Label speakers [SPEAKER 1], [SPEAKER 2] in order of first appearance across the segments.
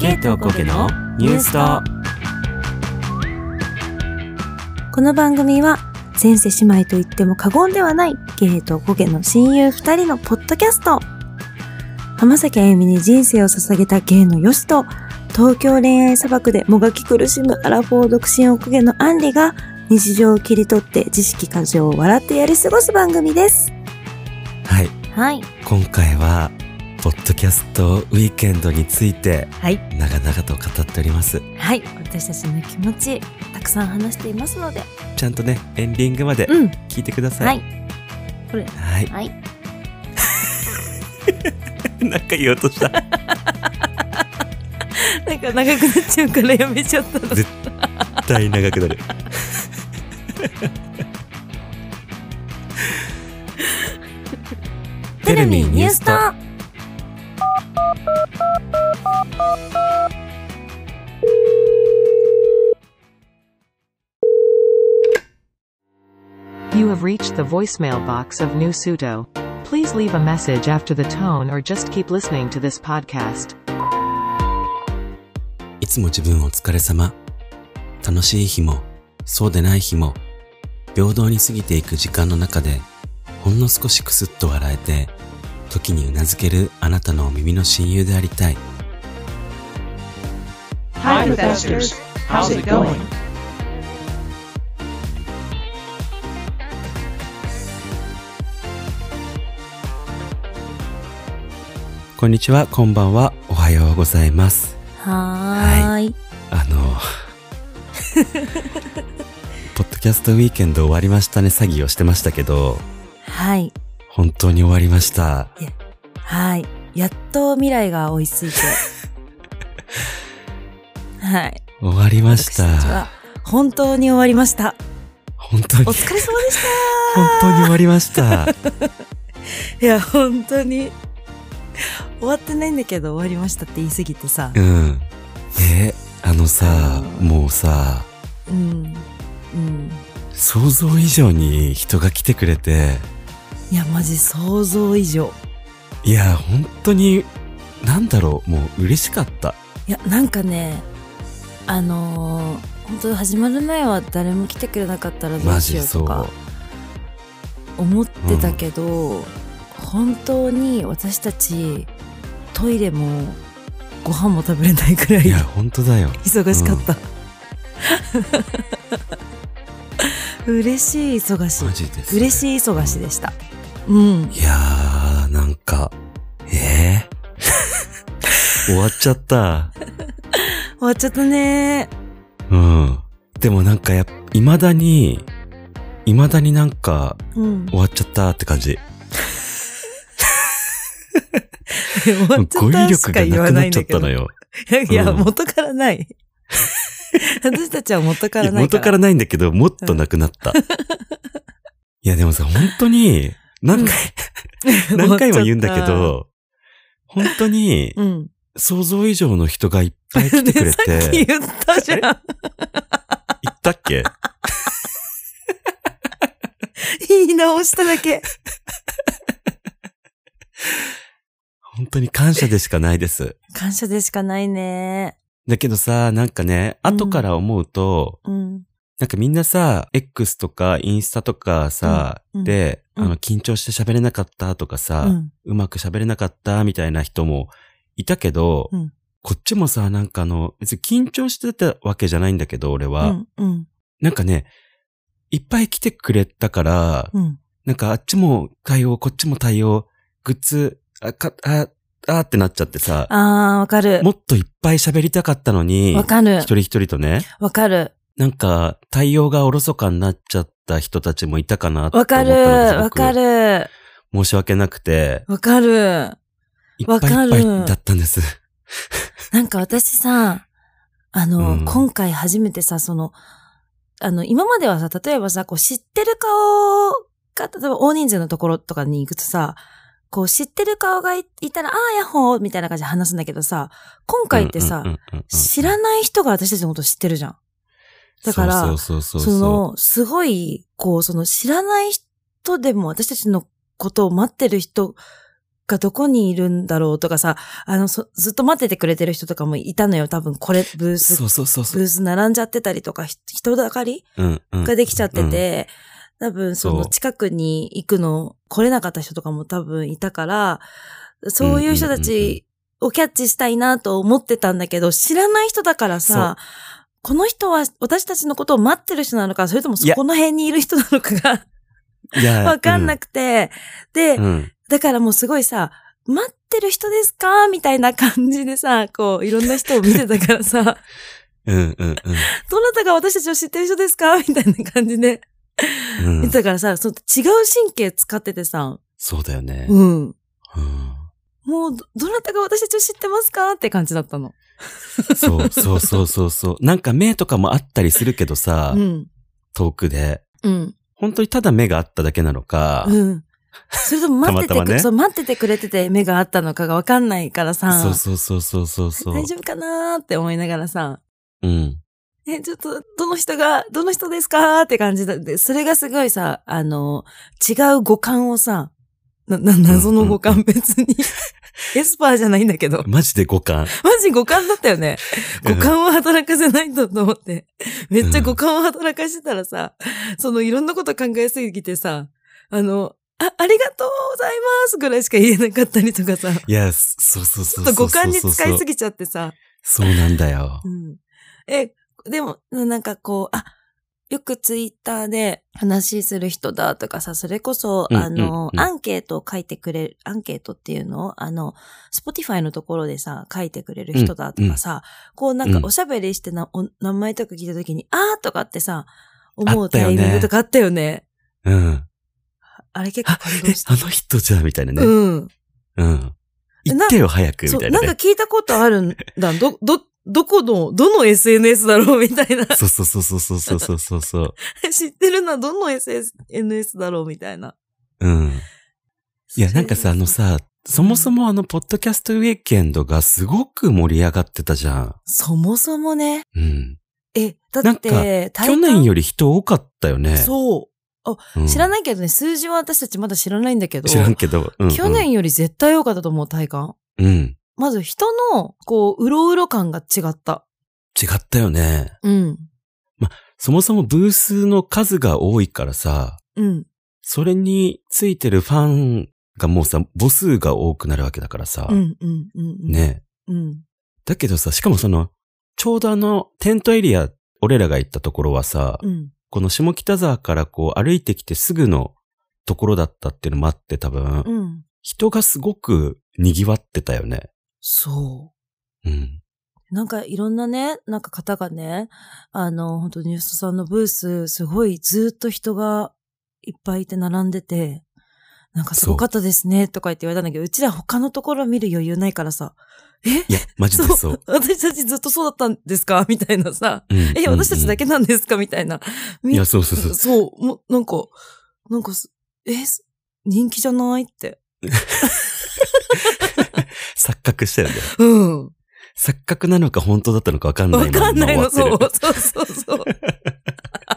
[SPEAKER 1] ケイトコケのニュースと
[SPEAKER 2] この番組は前世姉妹と言っても過言ではないゲイとゴケの親友二人のポッドキャスト浜崎あゆみに人生を捧げたゲイのヨシと東京恋愛砂漠でもがき苦しむアラフォー独身おこげのアンリが日常を切り取って知識過剰を笑ってやり過ごす番組です
[SPEAKER 1] はい
[SPEAKER 2] はい
[SPEAKER 1] 今回はポッドキャストウィーケンドについて
[SPEAKER 2] はい
[SPEAKER 1] 長々と語っております
[SPEAKER 2] はい私たちの気持ちたくさん話していますので
[SPEAKER 1] ちゃんとねエンディングまで
[SPEAKER 2] うん
[SPEAKER 1] 聞いてくださ
[SPEAKER 2] はいいこれ
[SPEAKER 1] はい、
[SPEAKER 2] はい
[SPEAKER 1] なんか言おうとした
[SPEAKER 2] なんか長くなっちゃうからやめちゃったの
[SPEAKER 1] 大長くなる テレビニュースと
[SPEAKER 3] You have reached the voicemail box of New Suto. Please leave a message after the tone or just keep listening to this podcast.
[SPEAKER 1] いつも自分お疲れ様。楽しい日も、そうでない日も、平等に過ぎていく時間の中で、ほんの少しくすっと笑えて、時にうなずけるあなたのお耳の親友でありたい。
[SPEAKER 4] Hi, investors. How's it going?
[SPEAKER 1] こんにちは、こんばんは、おはようございます。
[SPEAKER 2] はーい
[SPEAKER 1] あの、 ポッドキャストウィーケンド終わりましたね詐欺をしてましたけど、
[SPEAKER 2] はい
[SPEAKER 1] 本当に終わりました。
[SPEAKER 2] はい。やっと未来が追い ついて。はい。
[SPEAKER 1] 終わりまし
[SPEAKER 2] 私たちは
[SPEAKER 1] た。
[SPEAKER 2] 本当に終わりました。
[SPEAKER 1] 本当に、
[SPEAKER 2] お
[SPEAKER 1] 本
[SPEAKER 2] 疲れ様でし
[SPEAKER 1] 当に終わりました。
[SPEAKER 2] た。いや、本当に。終わってないんだけど終わりましたって言い過ぎてさ
[SPEAKER 1] う。ん。え、あのさ、もうさ、
[SPEAKER 2] うん。うん。
[SPEAKER 1] 想像以上に人が来てくれて、
[SPEAKER 2] いや、マジ想像以上。
[SPEAKER 1] いや、本当に、なんだろう、もう嬉しかった。
[SPEAKER 2] いや、なんかね、あのー本当始まる前は誰も来てくれなかったらど
[SPEAKER 1] マ
[SPEAKER 2] うし
[SPEAKER 1] ジ
[SPEAKER 2] よう
[SPEAKER 1] そ
[SPEAKER 2] とか
[SPEAKER 1] う。
[SPEAKER 2] 思ってたけど、本当に私たちトイレもご飯も食べれないくらい
[SPEAKER 1] いや、本当だよ。
[SPEAKER 2] 忙しかった、 嬉しい忙し
[SPEAKER 1] マジで
[SPEAKER 2] い
[SPEAKER 1] す。
[SPEAKER 2] 嬉しい忙しでしたうん
[SPEAKER 1] い。いやー、なんか、えー、 終わっちゃった。
[SPEAKER 2] 終わっちゃったね
[SPEAKER 1] うん。でもなんかやっ、未だに、未だになんか、
[SPEAKER 2] うん
[SPEAKER 1] 終わっちゃったって感じ。
[SPEAKER 2] 終わっちゃ
[SPEAKER 1] 語
[SPEAKER 2] っ
[SPEAKER 1] 彙
[SPEAKER 2] たし
[SPEAKER 1] 力
[SPEAKER 2] か
[SPEAKER 1] が
[SPEAKER 2] 言
[SPEAKER 1] な
[SPEAKER 2] わ
[SPEAKER 1] く
[SPEAKER 2] な
[SPEAKER 1] なっ
[SPEAKER 2] いん
[SPEAKER 1] ちゃ
[SPEAKER 2] だ
[SPEAKER 1] っ
[SPEAKER 2] けど
[SPEAKER 1] たのよ。
[SPEAKER 2] い やいや、
[SPEAKER 1] うん
[SPEAKER 2] 元からない 私たちは元からないい
[SPEAKER 1] や元
[SPEAKER 2] か
[SPEAKER 1] かららないんだけど、もっとなく なった。いや、でもさ、本当に、何回、何回も言うんだけど、本当に
[SPEAKER 2] う、ん
[SPEAKER 1] 想像以上の人がいっぱい来て くれ、
[SPEAKER 2] ねさってき
[SPEAKER 1] 言
[SPEAKER 2] 言ったじゃん
[SPEAKER 1] ったっけ
[SPEAKER 2] 言い直しただけ。
[SPEAKER 1] 本当に感謝でしかないです。
[SPEAKER 2] 感謝でしかないね。
[SPEAKER 1] だけどさ、なんかね、
[SPEAKER 2] うん
[SPEAKER 1] 後から思うと、
[SPEAKER 2] うん。
[SPEAKER 1] なんかみんなさ、X とかインスタとかさ、
[SPEAKER 2] うんうん
[SPEAKER 1] で、
[SPEAKER 2] うん
[SPEAKER 1] あの、緊張して喋れなかったとか
[SPEAKER 2] う
[SPEAKER 1] さ、
[SPEAKER 2] ん。
[SPEAKER 1] うまく喋れなかったみたいな人もいたけど、
[SPEAKER 2] うん
[SPEAKER 1] こっちもさ、なんかあの、別に緊張してたわけじゃないんだけど、俺
[SPEAKER 2] う
[SPEAKER 1] は。
[SPEAKER 2] ん。うん。
[SPEAKER 1] なんかね、いっぱい来てくれたから、
[SPEAKER 2] うん。
[SPEAKER 1] なんかあっちも対応、こっちも対応、グッズ、あ、か、あ、あってなっちゃってさ、
[SPEAKER 2] あー、わかる
[SPEAKER 1] も。っといっぱい喋りたかったのに、
[SPEAKER 2] わかる
[SPEAKER 1] 一。人一人とね、
[SPEAKER 2] わかる。
[SPEAKER 1] なんか対応がおろそかになっちゃった人たちもいたかなって思
[SPEAKER 2] わ
[SPEAKER 1] っ
[SPEAKER 2] か
[SPEAKER 1] た
[SPEAKER 2] る。
[SPEAKER 1] のがすご
[SPEAKER 2] わ
[SPEAKER 1] く
[SPEAKER 2] かる。
[SPEAKER 1] 申し訳なくて、
[SPEAKER 2] わかる。
[SPEAKER 1] いっぱいいっぱ
[SPEAKER 2] わか
[SPEAKER 1] い
[SPEAKER 2] る
[SPEAKER 1] だったんです。
[SPEAKER 2] なんか私さ、あの、
[SPEAKER 1] うん
[SPEAKER 2] 今回初めてさ、その、あの、今まではさ、例えばさ、こう知ってる顔が、例えば大人数のところとかに行くとさ、こう知ってる顔がいいたら、あーやっほーみたいな感じで話すんだけどさ、今回ってさ、
[SPEAKER 1] うんうんうんうん
[SPEAKER 2] 知らない人が私たちのこと知ってるじゃん。だから
[SPEAKER 1] そうそうそう
[SPEAKER 2] そ
[SPEAKER 1] そう
[SPEAKER 2] の、すごい、こう、その知らない人でも私たちのことを待ってる人がどこにいるんだろうとかさ、あの、そずっと待っててくれてる人とかもいたのよ。多分これ、ブース
[SPEAKER 1] そ、うそうそう
[SPEAKER 2] ブ
[SPEAKER 1] そう。
[SPEAKER 2] ース並んじゃってたりとか、ひ人だかり
[SPEAKER 1] うんうん。
[SPEAKER 2] ができちゃってて、多分その
[SPEAKER 1] そう
[SPEAKER 2] 近くに行くの来れなかった人とかも多分いたから、そういう人た
[SPEAKER 1] うんうんうんうん
[SPEAKER 2] ちをキャッチしたいなと思ってたんだけど、知らない人だからさ、この人は私たちのことを待ってる人なのか、それともそこの辺にいる人なのかが
[SPEAKER 1] いや
[SPEAKER 2] わかんなくて、で、
[SPEAKER 1] うんうん。
[SPEAKER 2] だからもうすごいさ、待ってる人ですかみたいな感じでさ、こう、いろんな人を見てたからさ、
[SPEAKER 1] うんうん
[SPEAKER 2] どなたが私たちを知ってる人ですかみたいな感じで。
[SPEAKER 1] うん。う
[SPEAKER 2] 見
[SPEAKER 1] ん
[SPEAKER 2] てたからさ、その違う神経使っててさ、
[SPEAKER 1] そうだよね。
[SPEAKER 2] うん。
[SPEAKER 1] うん
[SPEAKER 2] もうど、どなたが私たちを知ってますかって感じだったの。
[SPEAKER 1] そうそうそうそうそう。 なんか目とかもあったりするけどさ、
[SPEAKER 2] うん。
[SPEAKER 1] 遠くで。
[SPEAKER 2] うん。
[SPEAKER 1] 本当にただ目があっただけなのか、
[SPEAKER 2] うん。それとも待っててく
[SPEAKER 1] たまたまね
[SPEAKER 2] そう、待っててくれてて目があったのかがわかんないからさ、
[SPEAKER 1] そうそうそうそうそうそう。
[SPEAKER 2] 大丈夫かなーって思いながらさ、
[SPEAKER 1] うん。
[SPEAKER 2] え、ちょっと、どの人が、どの人ですかって感じだで、それがすごいさ、あの、違う五感をさ、な、な、謎の五感別に。エスパーじゃないんだけど。
[SPEAKER 1] マジで五感。
[SPEAKER 2] マジ五感だったよね。
[SPEAKER 1] うん
[SPEAKER 2] 五感を働かせないとと思って。めっちゃ五感を働かしてたらさ、そのいろんなこと考えすぎてさ、あの、あ、ありがとうございますぐらいしか言えなかったりとかさ、ち
[SPEAKER 1] いや、そうそうそうそう
[SPEAKER 2] ょ
[SPEAKER 1] そう
[SPEAKER 2] っ
[SPEAKER 1] そ
[SPEAKER 2] と
[SPEAKER 1] う。
[SPEAKER 2] 五感に使いす
[SPEAKER 1] ぎ。
[SPEAKER 2] ぎちゃってさ、
[SPEAKER 1] そうなんだよ
[SPEAKER 2] う。ん。え、でも、なんかこう、あ、よくツイッターで話する人だとかさ、それこそ、
[SPEAKER 1] うん
[SPEAKER 2] あの
[SPEAKER 1] う、んうん
[SPEAKER 2] アンケートを書いてくれる、アンケートっていうのを、あの、スポティファイのところでさ、書いてくれる人だとかさ、こうなんか
[SPEAKER 1] うん
[SPEAKER 2] おしゃべりしてな、お名前とか聞いたときに、あーとかってさ、思
[SPEAKER 1] あ
[SPEAKER 2] う
[SPEAKER 1] った
[SPEAKER 2] タ
[SPEAKER 1] よ
[SPEAKER 2] イ
[SPEAKER 1] ね
[SPEAKER 2] ミングとかあったよね。
[SPEAKER 1] うん。
[SPEAKER 2] あれ結構
[SPEAKER 1] あ
[SPEAKER 2] 感動
[SPEAKER 1] え
[SPEAKER 2] し、た。
[SPEAKER 1] あの人じゃ、みたいな ね。
[SPEAKER 2] うん。
[SPEAKER 1] うん。
[SPEAKER 2] え
[SPEAKER 1] 言
[SPEAKER 2] な
[SPEAKER 1] ってよ、早く、み
[SPEAKER 2] そう、
[SPEAKER 1] たい
[SPEAKER 2] な
[SPEAKER 1] なん
[SPEAKER 2] か
[SPEAKER 1] ね。
[SPEAKER 2] 聞いたことあるんだ。ど、 ど、どこの、どの SNS だろうみたいな。
[SPEAKER 1] そうそうそうそうそうそうそうそうそう。
[SPEAKER 2] 知ってるのはどの SNS だろうみたいな。
[SPEAKER 1] うん。いや、なんかさ、あの、さ、そもそもあの、ポッドキャストウィーケンドがすごく盛り上がってたじゃん。
[SPEAKER 2] そもそもね、
[SPEAKER 1] うん。
[SPEAKER 2] え、だ
[SPEAKER 1] な
[SPEAKER 2] っ
[SPEAKER 1] んか
[SPEAKER 2] て、
[SPEAKER 1] 去年よ
[SPEAKER 2] り、
[SPEAKER 1] り人多かったよね。
[SPEAKER 2] そうう。知ら
[SPEAKER 1] い
[SPEAKER 2] ないけどね、数字は私たちまだ知らないんだけど、
[SPEAKER 1] 知らんけど。うんうん
[SPEAKER 2] 去年より絶対多かったと思う、体感。
[SPEAKER 1] うん。
[SPEAKER 2] まず人の、こう、うろうろ感が違った。
[SPEAKER 1] 違ったよね。
[SPEAKER 2] うん。
[SPEAKER 1] そもそもブースの数が多いからさ、
[SPEAKER 2] うん。
[SPEAKER 1] それについてるファンがもうさ、母数が多くなるわけだからさ、
[SPEAKER 2] うん。うん。うん。
[SPEAKER 1] ね。
[SPEAKER 2] うん。うん。
[SPEAKER 1] だけどさ、しかもその、ちょうどあの、テントエリア、俺らが行ったところはさ、
[SPEAKER 2] うん。
[SPEAKER 1] この下北沢からこう歩いてきてすぐのところだったっていうのもあって多分、
[SPEAKER 2] うん。
[SPEAKER 1] 人がすごく賑わってたよね。
[SPEAKER 2] そう。
[SPEAKER 1] うん。
[SPEAKER 2] なんかいろんなね、なんか方がね、あの、本当ニュースさんのブース、すごいずーっと人がいっぱいいて並んでて、なんかすごかったですね、とか言って言われたんだけど、うちら他のところ見る余裕ないからさ、
[SPEAKER 1] いや、マジでそう。
[SPEAKER 2] 私たちずっとそうだったんですかみたいなさ、
[SPEAKER 1] うん
[SPEAKER 2] え、
[SPEAKER 1] うん
[SPEAKER 2] 私たちだけなんですかみたいな。
[SPEAKER 1] うん
[SPEAKER 2] み
[SPEAKER 1] いや、そうそうそう。
[SPEAKER 2] そう、もう、なんか、なんかす、え、す人気じゃないって。
[SPEAKER 1] 錯覚したよね。
[SPEAKER 2] うん。
[SPEAKER 1] 錯覚なのか本当だったのかわかんない
[SPEAKER 2] わかんないの、
[SPEAKER 1] まま終
[SPEAKER 2] そう
[SPEAKER 1] わってる。
[SPEAKER 2] そうそうそう。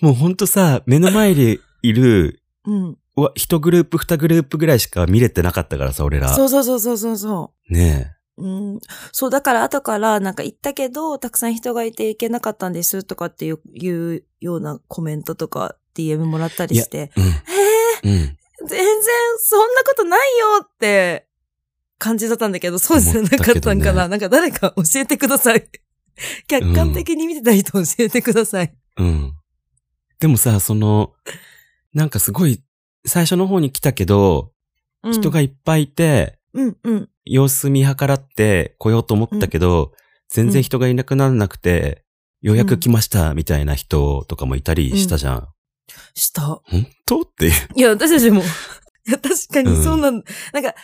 [SPEAKER 1] もう本当さ、目の前にいる、
[SPEAKER 2] うん。
[SPEAKER 1] うわ、一グループ、二グループぐらいしか見れてなかったからさ、俺ら。
[SPEAKER 2] そうそうそうそうそうそう。
[SPEAKER 1] ね
[SPEAKER 2] うん、そう、だから後から、なんか行ったけど、たくさん人がいて行けなかったんですとかっていういうようなコメントとか DM もらったりして、
[SPEAKER 1] え。
[SPEAKER 2] えー、
[SPEAKER 1] うん。うん。
[SPEAKER 2] 全然そんなことないよって感じだったんだけど、そうじゃなかったんかな、なんか誰か教えてください。客観的に見てた人教えてください。
[SPEAKER 1] うん。でもさ、その、なんかすごい、最初の方に来たけど、
[SPEAKER 2] うん
[SPEAKER 1] 人がいっぱいいて、
[SPEAKER 2] うん、うん。
[SPEAKER 1] 様子見計らって来ようと思ったけど、全然人がいなくならなくて、ようやく来ました、みたいな人とかもいたりしたじゃん。
[SPEAKER 2] した。
[SPEAKER 1] 本当っていう。
[SPEAKER 2] いや、私たちも、いや、確かにそうなん、なんか、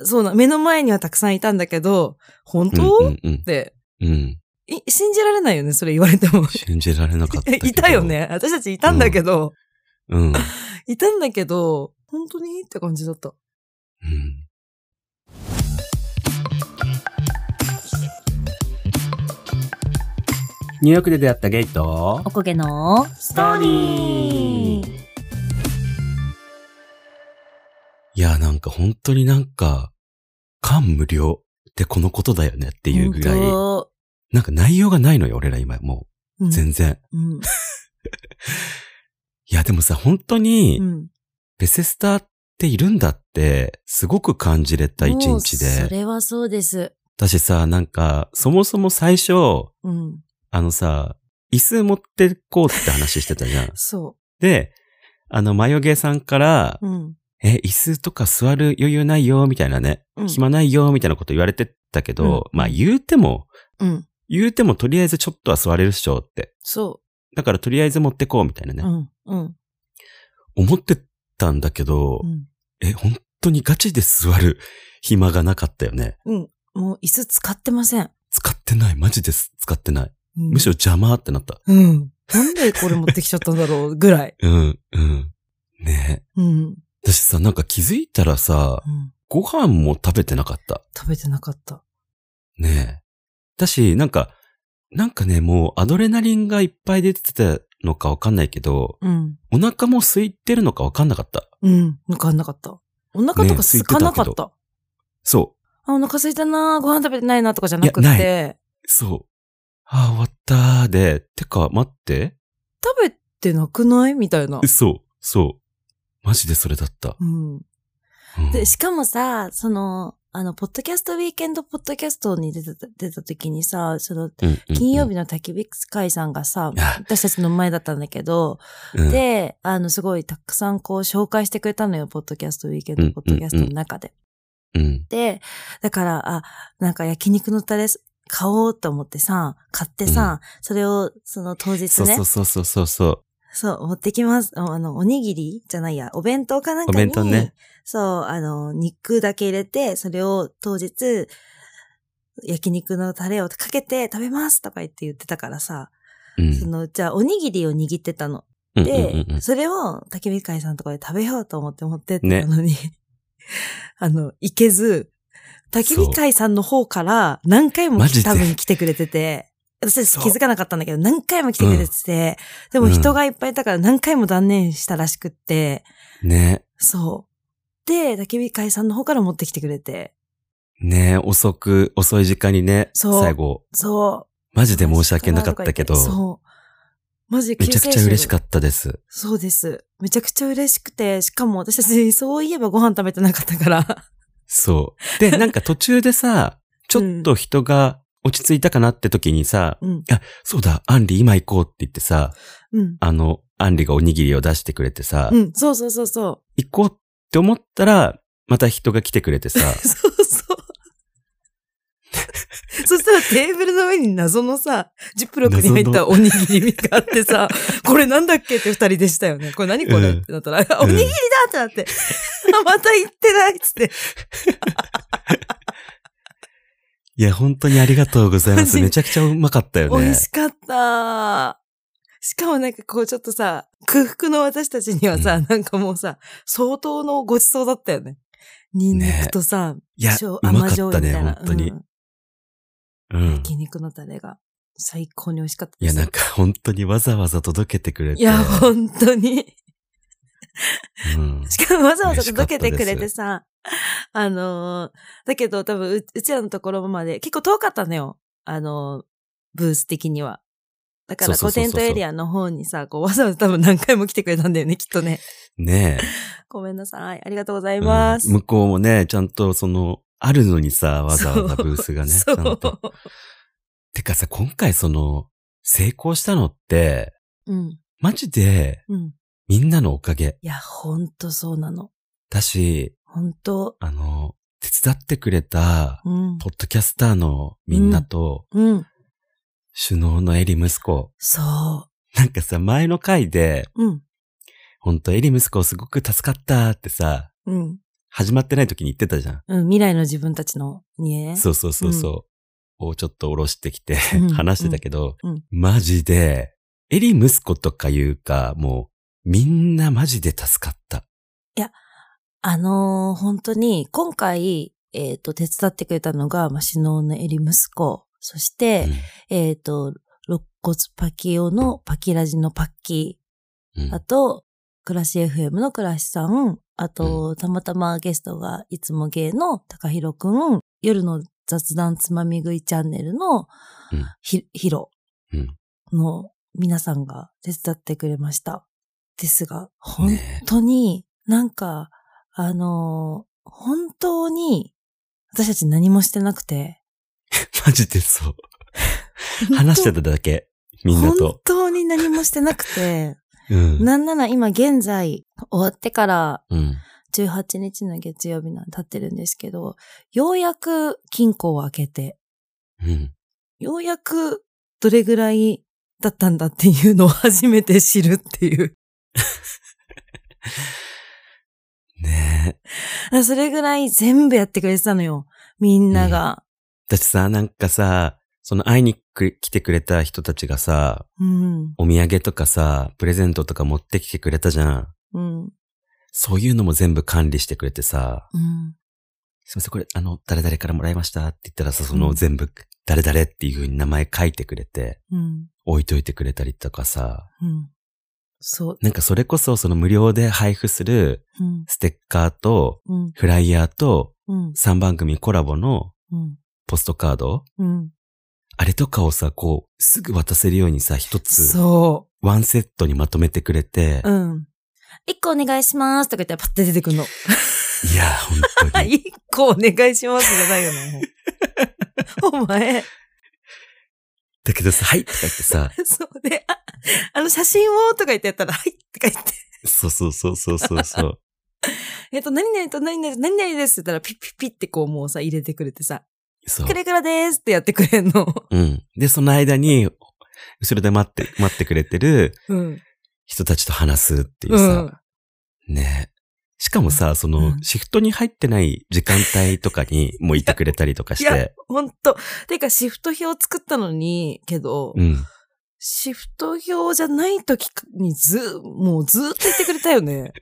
[SPEAKER 2] そうな、目の前にはたくさんいたんだけど、本当、
[SPEAKER 1] うんうん
[SPEAKER 2] って、
[SPEAKER 1] うん。うん。
[SPEAKER 2] い、信じられないよね、それ言われても。
[SPEAKER 1] 信じられなかったけ ど。
[SPEAKER 2] いたよ。ね。私たちいたんだけど、
[SPEAKER 1] うん。うん
[SPEAKER 2] いたんだけど、本当にって感じだった。
[SPEAKER 1] ニューヨークで出会ったゲイと
[SPEAKER 2] おこげのストーリー
[SPEAKER 1] いや、なんか本当になんか、感無量ってこのことだよねっていうぐらい、
[SPEAKER 2] 本
[SPEAKER 1] なんか内容がないのよ、俺ら今も
[SPEAKER 2] 当
[SPEAKER 1] う。全然。
[SPEAKER 2] うん。
[SPEAKER 1] いや、でもさ、本当
[SPEAKER 2] う
[SPEAKER 1] に、
[SPEAKER 2] ん。
[SPEAKER 1] ベセスターっているんだって、すごく感じれた一
[SPEAKER 2] もう
[SPEAKER 1] 日
[SPEAKER 2] そ
[SPEAKER 1] で。
[SPEAKER 2] れはそうです。
[SPEAKER 1] 私さ、なんか、そもそも最初、
[SPEAKER 2] うん。。
[SPEAKER 1] あのさ、椅子持ってこうって話してたじゃん
[SPEAKER 2] そ
[SPEAKER 1] で、あの、マヨゲーさんから
[SPEAKER 2] う。、うん。
[SPEAKER 1] え、椅子とか座る余裕ないよ、みたいなね、
[SPEAKER 2] うん
[SPEAKER 1] 暇ないよ、みたいなこと言われてたけど、
[SPEAKER 2] うん
[SPEAKER 1] まあ言うても、
[SPEAKER 2] うん。
[SPEAKER 1] 言うてもとりあえずちょっとは座れるっしょって。
[SPEAKER 2] そ
[SPEAKER 1] だからとりあえず持ってこう、みたいな
[SPEAKER 2] う。
[SPEAKER 1] ね、
[SPEAKER 2] うん。うん。
[SPEAKER 1] 思ってたんだけど、
[SPEAKER 2] うん。
[SPEAKER 1] え、本当にガチで座る暇がなかったよね。
[SPEAKER 2] もう椅子使ってません。
[SPEAKER 1] 使ってない、マジです。使ってない。
[SPEAKER 2] うん
[SPEAKER 1] むしろ邪魔ってなった。
[SPEAKER 2] うん。なんでこれ持ってきちゃったんだろうぐらい。
[SPEAKER 1] うん、うん。ねえ。
[SPEAKER 2] うん。
[SPEAKER 1] 私さ、なんか気づいたらさ、
[SPEAKER 2] うん
[SPEAKER 1] ご飯も食べてなかった。
[SPEAKER 2] 食べてなかった。
[SPEAKER 1] ねえ。だし、なんか、なんかね、もうアドレナリンがいっぱい出てたのかわかんないけど、
[SPEAKER 2] うん。
[SPEAKER 1] お腹も空いてるのかわかんなかった。
[SPEAKER 2] うん。わかんなかった。お腹
[SPEAKER 1] ね
[SPEAKER 2] と
[SPEAKER 1] え
[SPEAKER 2] か空かなか
[SPEAKER 1] 空い
[SPEAKER 2] ってた。
[SPEAKER 1] たそ
[SPEAKER 2] あ、お腹空いたなーご飯食べてないなとかじゃなく
[SPEAKER 1] いや
[SPEAKER 2] て、
[SPEAKER 1] う。そう。ああ、終わったーで、てか、待って。
[SPEAKER 2] 食べてなくないみたいな。
[SPEAKER 1] そう、そう。マジでそれだった。
[SPEAKER 2] うん。
[SPEAKER 1] うん
[SPEAKER 2] で、しかもさ、その、あの、ポッドキャストウィーケンドポッドキャストに出た、出た時にさ、その、
[SPEAKER 1] うんうんうん
[SPEAKER 2] 金曜日の焚き火会さんがさ、
[SPEAKER 1] あ
[SPEAKER 2] 私たちの前だったんだけど、
[SPEAKER 1] うん
[SPEAKER 2] で、あの、すごいたくさんこう紹介してくれたのよ、ポッドキャストウィーケン
[SPEAKER 1] うんう
[SPEAKER 2] ド
[SPEAKER 1] ん
[SPEAKER 2] ポッドキャストの中で。
[SPEAKER 1] うん。
[SPEAKER 2] で、だから、あ、なんか焼肉のタレ買おうと思ってさ、買ってさ、それを、その当日ね、
[SPEAKER 1] そうそうそうそうそう。
[SPEAKER 2] そう、持ってきます。ああの、おにぎりじゃないや、お弁当かなんかに。
[SPEAKER 1] お弁当ね。
[SPEAKER 2] そう、あの、肉だけ入れて、それを当日、焼肉のタレをかけて食べますとか言って言ってたからさ、
[SPEAKER 1] うん。
[SPEAKER 2] その、じゃあおにぎりを握ってたの。
[SPEAKER 1] うんうん
[SPEAKER 2] で
[SPEAKER 1] うんうん、
[SPEAKER 2] それを焚き火会さんのとこで食べようと思って持ってったのに、 あの、行けず、焚き火会さんの方から何回も
[SPEAKER 1] マジで
[SPEAKER 2] 多分来てくれてて、私たち
[SPEAKER 1] そう
[SPEAKER 2] 気づかなかったんだけど何回も来てくれてて、でも
[SPEAKER 1] うん
[SPEAKER 2] 人がいっぱいいたから何回も断念したらしくって、
[SPEAKER 1] ね。
[SPEAKER 2] そう。で、焚き火会さんの方から持ってきてくれて、
[SPEAKER 1] ね遅く、遅い時間にね、
[SPEAKER 2] そう
[SPEAKER 1] 最後、
[SPEAKER 2] そう。
[SPEAKER 1] マジで申し訳なかったけど、
[SPEAKER 2] そう。マジ
[SPEAKER 1] めちゃくちゃ嬉しか
[SPEAKER 2] った。
[SPEAKER 1] ったです。
[SPEAKER 2] そうです。めちゃくちゃ嬉しくて、しかも私たち そういえばご飯食べてなかったから。
[SPEAKER 1] そう。で、なんか途中でさ、ちょっと人が落ち着いたかなって時にさ、
[SPEAKER 2] うん。
[SPEAKER 1] そうだ、アンリ今行こうって言ってさ、
[SPEAKER 2] うん。
[SPEAKER 1] あの、アンリがおにぎりを出してくれてさ、
[SPEAKER 2] うん。そうそうそう そ
[SPEAKER 1] 行こうって思ったら、また人が来てくれ てさ、
[SPEAKER 2] う。そうそう。そしたらテーブルの上に謎のさ、ジップロックに入ったおにぎりがあってさ、 これなんだっけって二人でしたよね。これ何これ、
[SPEAKER 1] うん
[SPEAKER 2] ってなったら、あ おにぎりだってなって、あまた行ってないっつって。
[SPEAKER 1] いや、本当にありがとうございま
[SPEAKER 2] マ
[SPEAKER 1] す。
[SPEAKER 2] ジ
[SPEAKER 1] めちゃくちゃうまかったよ
[SPEAKER 2] 美
[SPEAKER 1] ね
[SPEAKER 2] 味。しかった。しかもなんかこうちょっとさ、空腹の私たちにはさ、なんかもうさ、相当のごちそうだったよね。ニンニクとさ、
[SPEAKER 1] いや、
[SPEAKER 2] 醤
[SPEAKER 1] うまかったね、本当に
[SPEAKER 2] う。ん
[SPEAKER 1] うん。
[SPEAKER 2] 焼肉のタレが最高に美味しかった
[SPEAKER 1] い
[SPEAKER 2] で
[SPEAKER 1] や、
[SPEAKER 2] す。
[SPEAKER 1] なんか本当にわざわざ届けてくれて。
[SPEAKER 2] いや、本当に。
[SPEAKER 1] う ん
[SPEAKER 2] しかもわざわざ
[SPEAKER 1] 嬉しかった
[SPEAKER 2] 届けてくれ
[SPEAKER 1] で
[SPEAKER 2] てさ、あのーだけど多分う、うちらのところまで結構遠かったのよ。あのーブース的には。だから、
[SPEAKER 1] そ
[SPEAKER 2] こ
[SPEAKER 1] う
[SPEAKER 2] う、
[SPEAKER 1] そう
[SPEAKER 2] テ
[SPEAKER 1] そう
[SPEAKER 2] ン
[SPEAKER 1] そう
[SPEAKER 2] トエリアの方にさ、こう、わざわざ多分何回も来てくれたんだよね、きっと ね。
[SPEAKER 1] ねえ。
[SPEAKER 2] ごめんなさい。ありがとうござい
[SPEAKER 1] うん
[SPEAKER 2] ます。
[SPEAKER 1] 向こうもね、ちゃんとその、あるのにさ、わざわざブースがね、ち
[SPEAKER 2] そ
[SPEAKER 1] ゃ
[SPEAKER 2] うん
[SPEAKER 1] と。てかさ、今回その、成功したのって、
[SPEAKER 2] うん。
[SPEAKER 1] マジで、
[SPEAKER 2] うん。
[SPEAKER 1] みんなのおかげ
[SPEAKER 2] いや、ほんとそうなの。
[SPEAKER 1] だし、
[SPEAKER 2] ほんと。
[SPEAKER 1] あの、手伝ってくれた、
[SPEAKER 2] うん。
[SPEAKER 1] ポッドキャスターのみんなと、
[SPEAKER 2] うん。
[SPEAKER 1] 首脳のエリ息子。
[SPEAKER 2] そ
[SPEAKER 1] なんかさ、前の回で、
[SPEAKER 2] う。うん。
[SPEAKER 1] ほんとエリ息子すごく助かったってさ、
[SPEAKER 2] うん。
[SPEAKER 1] 始まってない時に言ってたじゃん。
[SPEAKER 2] うん、未来の自分たちのにね。
[SPEAKER 1] そうそうそうそう。をちょっと下ろしてきて
[SPEAKER 2] うん
[SPEAKER 1] 話してたけど、
[SPEAKER 2] うんうん
[SPEAKER 1] マジで、エリ息子とかいうか、もう、みんなマジで助かった。
[SPEAKER 2] あのー本当に、今回、えっ、と、手伝ってくれたのが、まあ、シノのエリ息子、そして、えっ、と、肋骨パキオのパキラジのパッキ
[SPEAKER 1] うんうん
[SPEAKER 2] ー、あと、クラシ FM のクラシさん、あと、たまたまゲストがいつも芸の高弘くん、夜の雑談つまみ食いチャンネルの
[SPEAKER 1] うん
[SPEAKER 2] ひ、ヒロ
[SPEAKER 1] うん
[SPEAKER 2] の皆さんが手伝ってくれました。ですが、本
[SPEAKER 1] ね
[SPEAKER 2] 当に、なんか、あのー本当に、私たち何もしてなくて、
[SPEAKER 1] マジでそう。話してただけ。みんな
[SPEAKER 2] 本
[SPEAKER 1] と。
[SPEAKER 2] 当に何もしてなくて、
[SPEAKER 1] うん。
[SPEAKER 2] なんなら今現在、終わってから
[SPEAKER 1] うん。
[SPEAKER 2] 18日の月曜日なんで経ってるんですけど、ようやく金庫を開けて、
[SPEAKER 1] うん。
[SPEAKER 2] ようやくどれぐらいだったんだっていうのを初めて知るっていう。
[SPEAKER 1] ねえ。
[SPEAKER 2] あそれぐらい全部やってくれてたのよ。みんなが。
[SPEAKER 1] だってさ、なんかさ、その会いにく来てくれた人たちがさ、
[SPEAKER 2] うん。
[SPEAKER 1] お土産とかさ、プレゼントとか持ってきてくれたじゃん。
[SPEAKER 2] うん。
[SPEAKER 1] そういうのも全部管理してくれてさ、
[SPEAKER 2] うん。
[SPEAKER 1] すいません、これ、あの、誰々からもらいましたって言ったらさ、そうの
[SPEAKER 2] ん
[SPEAKER 1] 全部、誰々っていう風に名前書いてくれて、
[SPEAKER 2] うん。
[SPEAKER 1] 置いといてくれたりとかさ、
[SPEAKER 2] うん。そう。
[SPEAKER 1] なんかそれこそその無料で配布する
[SPEAKER 2] うん。
[SPEAKER 1] ステッカーと、
[SPEAKER 2] うん。
[SPEAKER 1] フライヤーと、
[SPEAKER 2] うん。
[SPEAKER 1] 3番組コラボの
[SPEAKER 2] うん。
[SPEAKER 1] ポストカード
[SPEAKER 2] うん。
[SPEAKER 1] あれとかをさ、こう、すぐ渡せるようにさ、一つ、
[SPEAKER 2] そ
[SPEAKER 1] ワンセットにまとめてくれて
[SPEAKER 2] う。、うん。一個お願いしますとか言ったらパッて出てく るの。
[SPEAKER 1] いや、本 当に。
[SPEAKER 2] 一個お願いしますじゃないよね。もうお前。
[SPEAKER 1] だけどさ、はいとか言ってさ、
[SPEAKER 2] そうで、あ、あの写真をとか言ってやったら、はいとか言って、
[SPEAKER 1] そうそうそうそうそうそう。
[SPEAKER 2] えっと、何々と何々、何々ですって言ったら、ピッピッピッってこうもうさ、入れてくれてさ、
[SPEAKER 1] そう
[SPEAKER 2] く。れくらですってやってくれんの。
[SPEAKER 1] うん。で、その間に、後ろで待って、待ってくれてる
[SPEAKER 2] うん。
[SPEAKER 1] 人たちと話すっていう
[SPEAKER 2] う
[SPEAKER 1] さ
[SPEAKER 2] ん、。
[SPEAKER 1] ね。しかもさ、その
[SPEAKER 2] う、ん
[SPEAKER 1] シフトに入ってない時間帯と かにもいてくれたりとかし
[SPEAKER 2] いや
[SPEAKER 1] て、
[SPEAKER 2] ほんと。てか、シフト表作ったのに、けど、
[SPEAKER 1] うん。
[SPEAKER 2] シフト表じゃない時にず、もうずっといてくれたよ ね。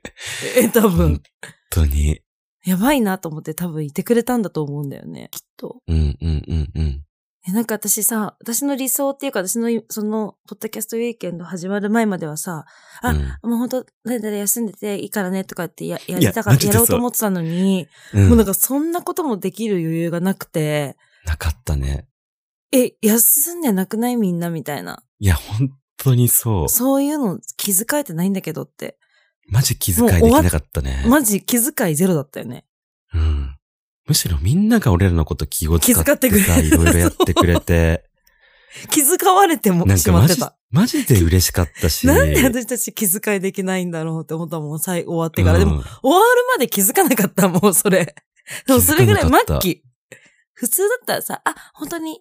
[SPEAKER 2] え、多分
[SPEAKER 1] 本。当に。
[SPEAKER 2] やばいなと思って多分いてくれたんだと思うんだよね、きっと。
[SPEAKER 1] うんうんうんうん。
[SPEAKER 2] え、なんか私さ、私の理想っていうか、私の、その、ポッドキャストウィーケンド始まる前まではさ、あ
[SPEAKER 1] うん
[SPEAKER 2] もうほんと、誰々休んでていいからね、とかってや、や
[SPEAKER 1] いや
[SPEAKER 2] りたかっ
[SPEAKER 1] マ
[SPEAKER 2] た、
[SPEAKER 1] ジ
[SPEAKER 2] や
[SPEAKER 1] で
[SPEAKER 2] ろうと
[SPEAKER 1] そう
[SPEAKER 2] 思ってたのに、
[SPEAKER 1] うん
[SPEAKER 2] もうなんかそんなこともできる余裕がなくて、
[SPEAKER 1] なかったね。
[SPEAKER 2] え、休んでなくないみんなみたいな。
[SPEAKER 1] いや、本当にそう。
[SPEAKER 2] そういうの気遣えてないんだけどって。
[SPEAKER 1] マジ気遣いできなかったね。
[SPEAKER 2] マジ気遣いゼロだったよね。
[SPEAKER 1] うん。むしろみんなが俺らのこと気を使って
[SPEAKER 2] 気遣ってくれ
[SPEAKER 1] さ、いろいろやってくれて、
[SPEAKER 2] 気遣われても
[SPEAKER 1] なん
[SPEAKER 2] し
[SPEAKER 1] か
[SPEAKER 2] ま
[SPEAKER 1] マ
[SPEAKER 2] っ
[SPEAKER 1] ジ
[SPEAKER 2] てた。、
[SPEAKER 1] マジで嬉しかったし。
[SPEAKER 2] なんで私たち気遣いできないんだろうって思ったもん、最終わってから。でも、
[SPEAKER 1] うん
[SPEAKER 2] 終わるまで気づかなかった、もうそ れ。でも
[SPEAKER 1] 気づかなかった
[SPEAKER 2] それぐらい末期。普通だったらさ、あ、本当に、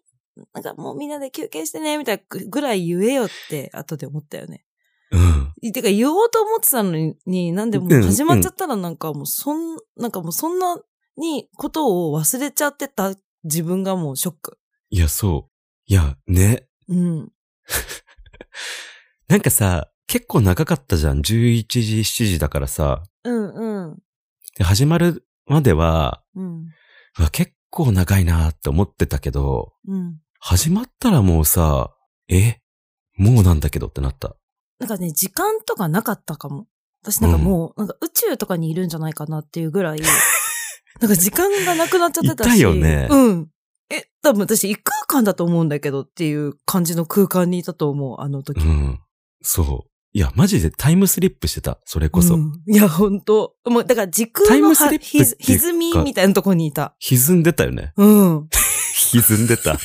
[SPEAKER 2] なんかもうみんなで休憩してね、みたいなぐらい言えよって、後で思ったよね。
[SPEAKER 1] うん。
[SPEAKER 2] いてか言おうと思ってたのにに、なんでも
[SPEAKER 1] うん
[SPEAKER 2] う始まっちゃったらなんかもうそん、なんかもうそんなにことを忘れちゃってた自分がもうショック。
[SPEAKER 1] いや、そう。いや、ね。
[SPEAKER 2] うん。
[SPEAKER 1] なんかさ、結構長かったじゃん。11時、7時だからさ。
[SPEAKER 2] うんうん。
[SPEAKER 1] で、始まるまでは、
[SPEAKER 2] うん。
[SPEAKER 1] うわ結構長いなーって思ってたけど、
[SPEAKER 2] うん。
[SPEAKER 1] 始まったらもうさ、えもうなんだけどってなった。
[SPEAKER 2] なんかね、時間とかなかったかも。私なんかもう、なんか宇宙とかにいるんじゃないかなっていうぐらい、 なんか時間がなくなっちゃってたし。
[SPEAKER 1] いたよね
[SPEAKER 2] うん。え、多分私異空間だと思うんだけどっていう感じの空間にいたと思う、あの時。
[SPEAKER 1] うん。そう。いや、マジでタイムスリップしてた。それこそ。
[SPEAKER 2] うんいや、ほんと。もう、だから時空
[SPEAKER 1] タイ
[SPEAKER 2] の
[SPEAKER 1] ムス
[SPEAKER 2] は
[SPEAKER 1] リップっていう
[SPEAKER 2] ひ
[SPEAKER 1] か
[SPEAKER 2] 歪みみたいなとこにいた。
[SPEAKER 1] 歪んでたよね。
[SPEAKER 2] うん。
[SPEAKER 1] 歪んでた。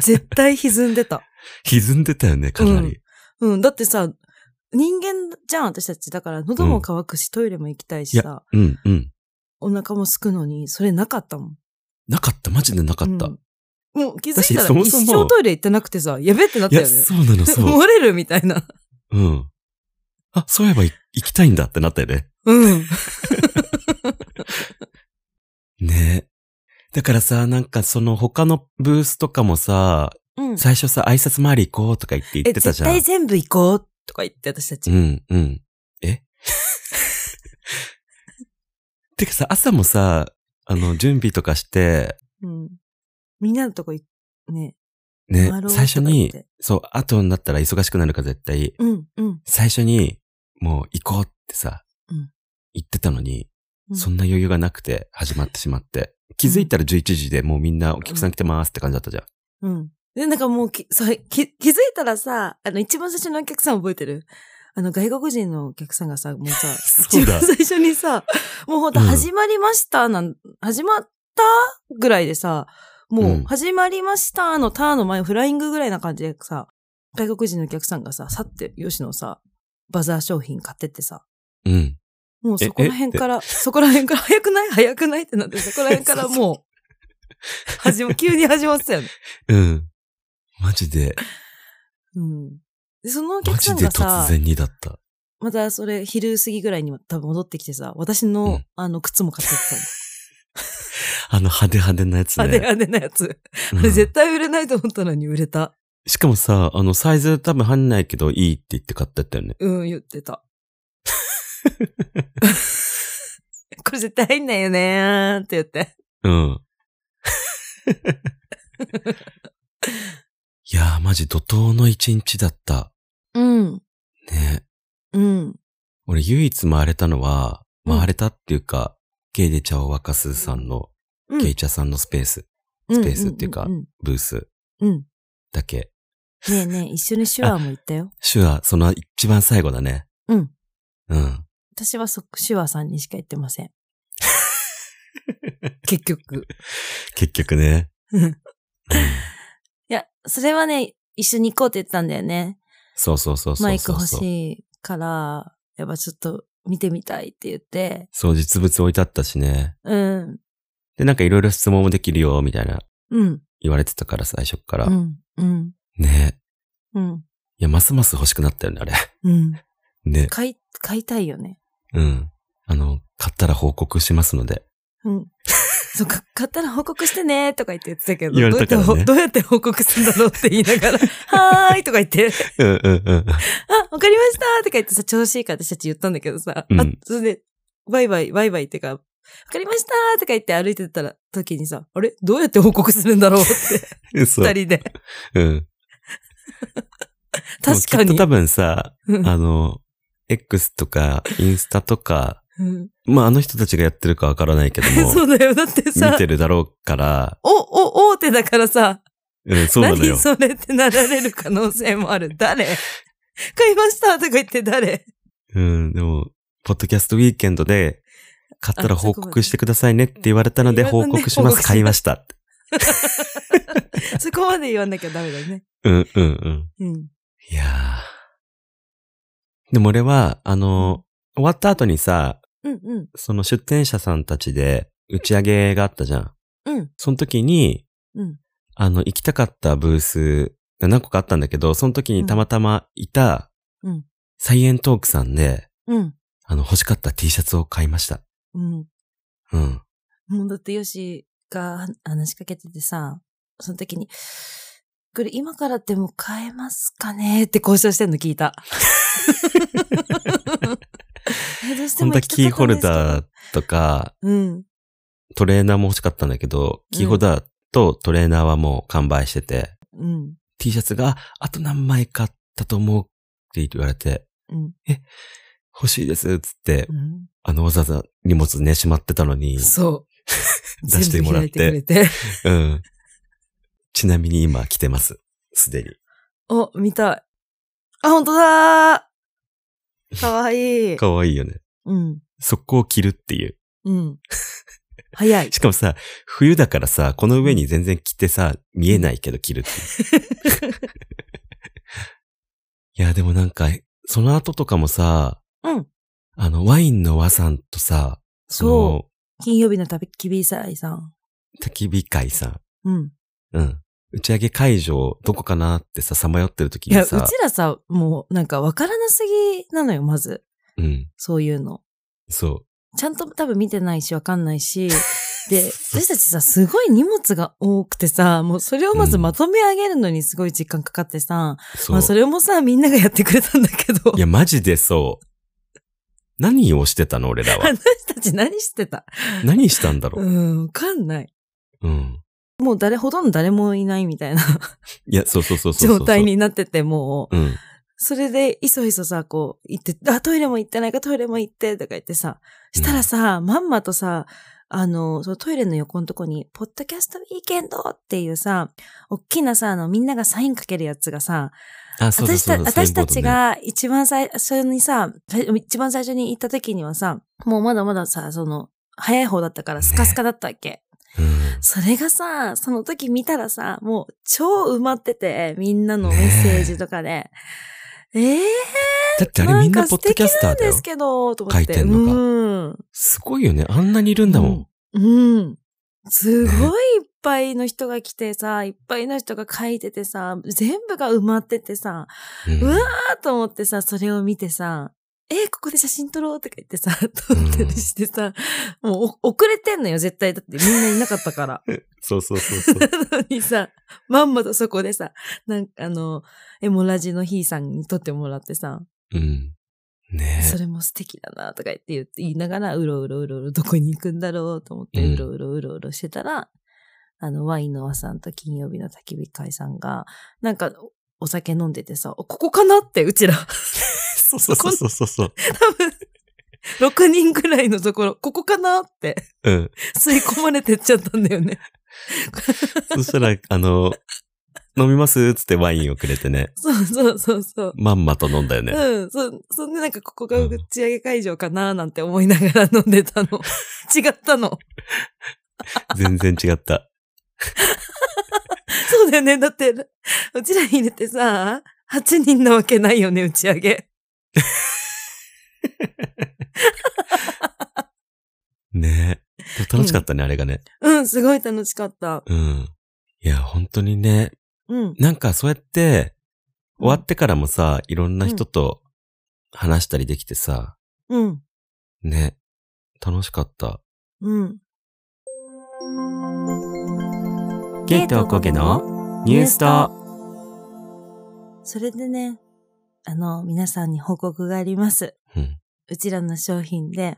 [SPEAKER 2] 絶対歪んでた。
[SPEAKER 1] 歪んでたよね、かなり。
[SPEAKER 2] うん。だってさ、人間じゃん、私たち。だから喉も乾くし、トイレも行きたいしさ、
[SPEAKER 1] うん、うん。
[SPEAKER 2] お腹もすくのに、それなかったもん。
[SPEAKER 1] なかった、マジでなかった。
[SPEAKER 2] うんもう気づいた
[SPEAKER 1] だしそ
[SPEAKER 2] ら
[SPEAKER 1] も
[SPEAKER 2] 一
[SPEAKER 1] そも
[SPEAKER 2] 生トイレ行ってなくてさ、やべってなっ
[SPEAKER 1] い
[SPEAKER 2] たよ
[SPEAKER 1] や、
[SPEAKER 2] ね。
[SPEAKER 1] そうなの、そ
[SPEAKER 2] 漏
[SPEAKER 1] う。
[SPEAKER 2] れるみたいな。
[SPEAKER 1] うん。あ、そういえばい行きたいんだってなったよね。
[SPEAKER 2] うん。
[SPEAKER 1] ねだからさ、なんかその他のブースとかもさ、
[SPEAKER 2] うん。
[SPEAKER 1] 最初さ、挨拶回り行こうとか言って言
[SPEAKER 2] え、
[SPEAKER 1] ってた
[SPEAKER 2] 絶
[SPEAKER 1] じゃ
[SPEAKER 2] 対
[SPEAKER 1] ん。
[SPEAKER 2] 全部行こうとか言って私た
[SPEAKER 1] う
[SPEAKER 2] ち。
[SPEAKER 1] ん、うん。え てかさ、朝もさ、あの、準備とかして、
[SPEAKER 2] うん。みんなのとこ行ね。
[SPEAKER 1] ね
[SPEAKER 2] 回ろ、う
[SPEAKER 1] 最初
[SPEAKER 2] とか言
[SPEAKER 1] に
[SPEAKER 2] って、
[SPEAKER 1] そう、後になったら忙しくなるから絶対、
[SPEAKER 2] うん、うん。
[SPEAKER 1] 最初に、もう行こうってさ、
[SPEAKER 2] うん
[SPEAKER 1] 言ってたのに、
[SPEAKER 2] うん
[SPEAKER 1] そんな余裕がなくて始まってしまって。気づいたら11時でもうみんなお客さん来てますって感じだったじゃん。
[SPEAKER 2] うん。で、なんかもうき、そうき気づいたらさ、あの、一番最初のお客さん覚えてるあの、外国人のお客さんがさ、もうさ、
[SPEAKER 1] そう
[SPEAKER 2] 一
[SPEAKER 1] だ
[SPEAKER 2] 番最初にさ、もうほんと、
[SPEAKER 1] うん
[SPEAKER 2] 始まりましたなん、始まったぐらいでさ、も
[SPEAKER 1] うん
[SPEAKER 2] う、始まりましたのターンの前、フライングぐらいな感じでさ、外国人のお客さんがさ、さって、吉野さ、バザー商品買ってってさ、
[SPEAKER 1] うん。
[SPEAKER 2] もうそこら辺から、そこら辺から、早くない早くないってなって、そこら辺からも う、始ま、急に始まってたよね。
[SPEAKER 1] うん。マジで、
[SPEAKER 2] うん。で、そのお
[SPEAKER 1] マ
[SPEAKER 2] 客さ
[SPEAKER 1] ジ
[SPEAKER 2] ん
[SPEAKER 1] で
[SPEAKER 2] がさ
[SPEAKER 1] 突、然にだった。
[SPEAKER 2] またそれ昼過ぎぐらいに多分戻ってきてさ、私の、
[SPEAKER 1] うん
[SPEAKER 2] あの靴も買ってきたの。
[SPEAKER 1] あの派手派手なやつ ね。
[SPEAKER 2] 派手派手なやつ。
[SPEAKER 1] うん
[SPEAKER 2] あれ絶対売れないと思ったのに売れた。
[SPEAKER 1] しかもさ、あの、サイズ多分入んないけどいいって言って買ってったよね。
[SPEAKER 2] うん、言って た。これ絶対入んないよねーって言って。
[SPEAKER 1] うん。いやー、マジ怒涛の一日だった。
[SPEAKER 2] うん。
[SPEAKER 1] ね。
[SPEAKER 2] うん。
[SPEAKER 1] 俺唯一回れたのは、
[SPEAKER 2] うん
[SPEAKER 1] 回れたっていうか、ゲイで茶を沸かすさんの、
[SPEAKER 2] うん
[SPEAKER 1] ゲイ茶さんのスペース、スペースっていうか
[SPEAKER 2] んん
[SPEAKER 1] ブース
[SPEAKER 2] うんうん。
[SPEAKER 1] だけ。
[SPEAKER 2] ねえねえ、一緒に手話も行った よ。
[SPEAKER 1] 手話、その一番最後だね。
[SPEAKER 2] うん。
[SPEAKER 1] うん。
[SPEAKER 2] 私はそ、手話さんにしか行ってま せん。結局。
[SPEAKER 1] 結局ね。
[SPEAKER 2] うんいや、それはね、一緒に行こうって言ってたんだよね。
[SPEAKER 1] そうそうそうそうそう。
[SPEAKER 2] マイク欲しいから、やっぱちょっと見てみたいって言って、
[SPEAKER 1] そう、実物置いてあったしね。
[SPEAKER 2] うん、
[SPEAKER 1] で、なんかいろいろ質問もできるよ、みたいな
[SPEAKER 2] うん、
[SPEAKER 1] 言われてたから、最初っから。
[SPEAKER 2] うん、うん、
[SPEAKER 1] ね
[SPEAKER 2] うん、
[SPEAKER 1] いや、ますます欲しくなったよね、あれ。
[SPEAKER 2] うん。
[SPEAKER 1] ね。
[SPEAKER 2] 買い、買いたいよね。
[SPEAKER 1] うん。あの、買ったら報告しますので。
[SPEAKER 2] うん。そうか、買ったら報告してねとか言って言ってたけど、
[SPEAKER 1] 言われたからね
[SPEAKER 2] どうやってほどうやって 報告するんだろうって言いながら、 はーいとか言って、
[SPEAKER 1] うんうんうん。
[SPEAKER 2] あ、わかりましたとか言ってさ、調子いいから私たち言ったんだけどさ、
[SPEAKER 1] うん
[SPEAKER 2] あ、それで、バイバイ、バイバイってか、わかりましたとか言って歩いてたら、時にさ、あれどうやって報告するんだろうって、
[SPEAKER 1] 嘘。
[SPEAKER 2] 二人で。
[SPEAKER 1] うん。
[SPEAKER 2] 確か
[SPEAKER 1] でもきっと
[SPEAKER 2] に
[SPEAKER 1] 多。分さ、
[SPEAKER 2] うん
[SPEAKER 1] あの、X とか、インスタとか、
[SPEAKER 2] うん
[SPEAKER 1] まあ、あの人たちがやってるかわからないけど
[SPEAKER 2] そ
[SPEAKER 1] も、
[SPEAKER 2] うだよ。だって
[SPEAKER 1] 見
[SPEAKER 2] さ、
[SPEAKER 1] てるだろうから、
[SPEAKER 2] お、お、大手だからさ、
[SPEAKER 1] うん、そうなの
[SPEAKER 2] 何
[SPEAKER 1] よ。
[SPEAKER 2] それってなられる可能性もある。誰買いましたとか言って誰
[SPEAKER 1] うん、でも、ポッドキャストウィーケンドで、買ったら
[SPEAKER 2] あそうい
[SPEAKER 1] 報
[SPEAKER 2] うこと
[SPEAKER 1] 告してくださいねって言われたの
[SPEAKER 2] 言
[SPEAKER 1] で、
[SPEAKER 2] わ
[SPEAKER 1] 報
[SPEAKER 2] れたんで
[SPEAKER 1] 告しま
[SPEAKER 2] 報
[SPEAKER 1] す。
[SPEAKER 2] 告します
[SPEAKER 1] 買いましたって。
[SPEAKER 2] そこまで言わなきゃダメだね。
[SPEAKER 1] うん、うん、うん。
[SPEAKER 2] うん。
[SPEAKER 1] いやー。でも俺は、あの、終わった後にさ、
[SPEAKER 2] うんうん。
[SPEAKER 1] その出店者さんたちで打ち上げがあったじゃん。
[SPEAKER 2] うん。
[SPEAKER 1] その時に、
[SPEAKER 2] うん
[SPEAKER 1] あの、行きたかったブースが何個かあったんだけど、その時にたまたまいた、
[SPEAKER 2] うん
[SPEAKER 1] サイエントークさんで、
[SPEAKER 2] うん。
[SPEAKER 1] あの、欲しかった T シャツを買いました。
[SPEAKER 2] うん。
[SPEAKER 1] うん。
[SPEAKER 2] もうだってヨシが話しかけててさ、その時に、これ今からでも買えますかねって交渉してんの聞いた。 えどうしても行きたかったんですけ
[SPEAKER 1] 本当は
[SPEAKER 2] ど
[SPEAKER 1] キーホルダーとか、
[SPEAKER 2] うん。
[SPEAKER 1] トレーナーも欲しかったんだけど、キーホルダーとトレーナーはもう完売してて、
[SPEAKER 2] うん。
[SPEAKER 1] T シャツが、ああと何枚買ったと思うって言われて、
[SPEAKER 2] うん。
[SPEAKER 1] 欲しいですっつって、
[SPEAKER 2] うん
[SPEAKER 1] あの、わざわざ荷物ね、しまってたのに、
[SPEAKER 2] そう。
[SPEAKER 1] 出してもらって
[SPEAKER 2] 全部開いてくれて。
[SPEAKER 1] うん。ちなみに今着てます。すでに。
[SPEAKER 2] お、見たい。あ、本当だーかわいい。
[SPEAKER 1] かわいいよね。
[SPEAKER 2] うん。
[SPEAKER 1] そこを着るっていう。
[SPEAKER 2] うん。早い。
[SPEAKER 1] しかもさ、冬だからさ、この上に全然着てさ、見えないけど着るっていう。いや、でもなんか、その後とかもさ、
[SPEAKER 2] うん。
[SPEAKER 1] あの、ワインの和さんとさ、そ
[SPEAKER 2] そ
[SPEAKER 1] の、
[SPEAKER 2] う。金曜日の旅、きびさいさん。
[SPEAKER 1] 焚き火会さん、
[SPEAKER 2] うん。
[SPEAKER 1] うん。打ち上げ会場、どこかなってさ、さまよってる時
[SPEAKER 2] いや、
[SPEAKER 1] に
[SPEAKER 2] うち
[SPEAKER 1] さ、
[SPEAKER 2] らさ、もうなんかわからなすぎなのよ、まず。
[SPEAKER 1] うん。
[SPEAKER 2] そういうの。
[SPEAKER 1] そ
[SPEAKER 2] ちゃんと多分見てないし、わかんない し。で、私たちさ、すごい荷物が多くてさ、もうそれをまずまとめ上げるのにすごい時間かかってさ、
[SPEAKER 1] う。そう。
[SPEAKER 2] まあそれもさ、みんながやってくれたんだけど。
[SPEAKER 1] いや、マジでそう。何をしてたの俺ら は。
[SPEAKER 2] 私たち何してた
[SPEAKER 1] 何したんだろ
[SPEAKER 2] うん、わかんない。
[SPEAKER 1] う。うん。
[SPEAKER 2] もう誰、ほとんど誰もいないみたいな
[SPEAKER 1] いや、そうそうそうそうそう。
[SPEAKER 2] 状態。になってて、もう、
[SPEAKER 1] うん。
[SPEAKER 2] それで、いそいそさ、こう、行って、あ、トイレも行ってないか、トイレも行って、とか言ってさ、したらさ、まんまとさ、あの、そのトイレの横のとこに、ポッドキャストウィーケンドっていうさ、おっきなさ、あの、みんながサインかけるやつがさ、
[SPEAKER 1] あ、そうだ
[SPEAKER 2] 私
[SPEAKER 1] そ
[SPEAKER 2] た
[SPEAKER 1] うだ
[SPEAKER 2] 私たち、
[SPEAKER 1] サインボードね
[SPEAKER 2] が一番最初にさ、最一番最初に行った時にはさ、もうまだまださ、その、早い方だったからスカスカだったわけ。
[SPEAKER 1] うん
[SPEAKER 2] それがさ、その時見たらさ、もう超埋まってて、みんなのメッセージとかで。ええ
[SPEAKER 1] だって
[SPEAKER 2] ー、
[SPEAKER 1] あれみん
[SPEAKER 2] な
[SPEAKER 1] なんポ
[SPEAKER 2] か
[SPEAKER 1] ッドキャスター
[SPEAKER 2] 素敵な
[SPEAKER 1] だ
[SPEAKER 2] ん
[SPEAKER 1] よ
[SPEAKER 2] です。けど、と思って。
[SPEAKER 1] 書いてんのか
[SPEAKER 2] うん。
[SPEAKER 1] すごいよね。あんなにいるんだもん。
[SPEAKER 2] うん。すごいいっぱいの人が来てさ、いっぱいの人が書いててさ、全部が埋まっててさ、
[SPEAKER 1] うん
[SPEAKER 2] うわーと思ってさ、それを見てさ、えーここで写真撮ろうとか言ってさ、 撮ったりしてさ、もうお遅れてんのよ、絶対。だってみんないなかったから。
[SPEAKER 1] そうそうそうそう。
[SPEAKER 2] なのにさ、まんまとそこでさ、なんかあの、エモラジのヒーさんに撮ってもらってさ、
[SPEAKER 1] うん。ね
[SPEAKER 2] それも素敵だなとか言って言って言いながら、うろうろうろうろどこに行くんだろうと思って、
[SPEAKER 1] うん
[SPEAKER 2] うろうろうろうろしてたら、あの、ワインの和さんと金曜日の焚き火会さんが、なんか、お酒飲んでてさ、おここかなって、うちら。
[SPEAKER 1] そうそうそうそうそう。
[SPEAKER 2] 多分、6人くらいのところ、ここかなって、
[SPEAKER 1] うん。
[SPEAKER 2] 吸い込まれてっちゃったんだよね。
[SPEAKER 1] そしたら、あの、飲みますつってワインをくれてね。
[SPEAKER 2] そうそうそうそう。
[SPEAKER 1] まんまと飲んだよね。
[SPEAKER 2] うん、そ、そんでなんかここが打ち上げ会場かなーなんて思いながら飲んでた の。違ったの。
[SPEAKER 1] 全然違った。
[SPEAKER 2] そうだよね。だって、うちら入れてさ、8人なわけないよね、打ち上げ。
[SPEAKER 1] ねでも楽しかったね、あれがね。
[SPEAKER 2] うん、すごい楽しかった。
[SPEAKER 1] うん。いや、本当にね、
[SPEAKER 2] うん。
[SPEAKER 1] なんかそうやって、終わってからもさ、いろんな人と話したりできてさ、
[SPEAKER 2] うん。
[SPEAKER 1] ね、楽しかった。
[SPEAKER 2] うん。
[SPEAKER 1] ゲートコケのニュースと、
[SPEAKER 2] それでね、あの、皆さんに報告があります。
[SPEAKER 1] うん、
[SPEAKER 2] うちらの商品で、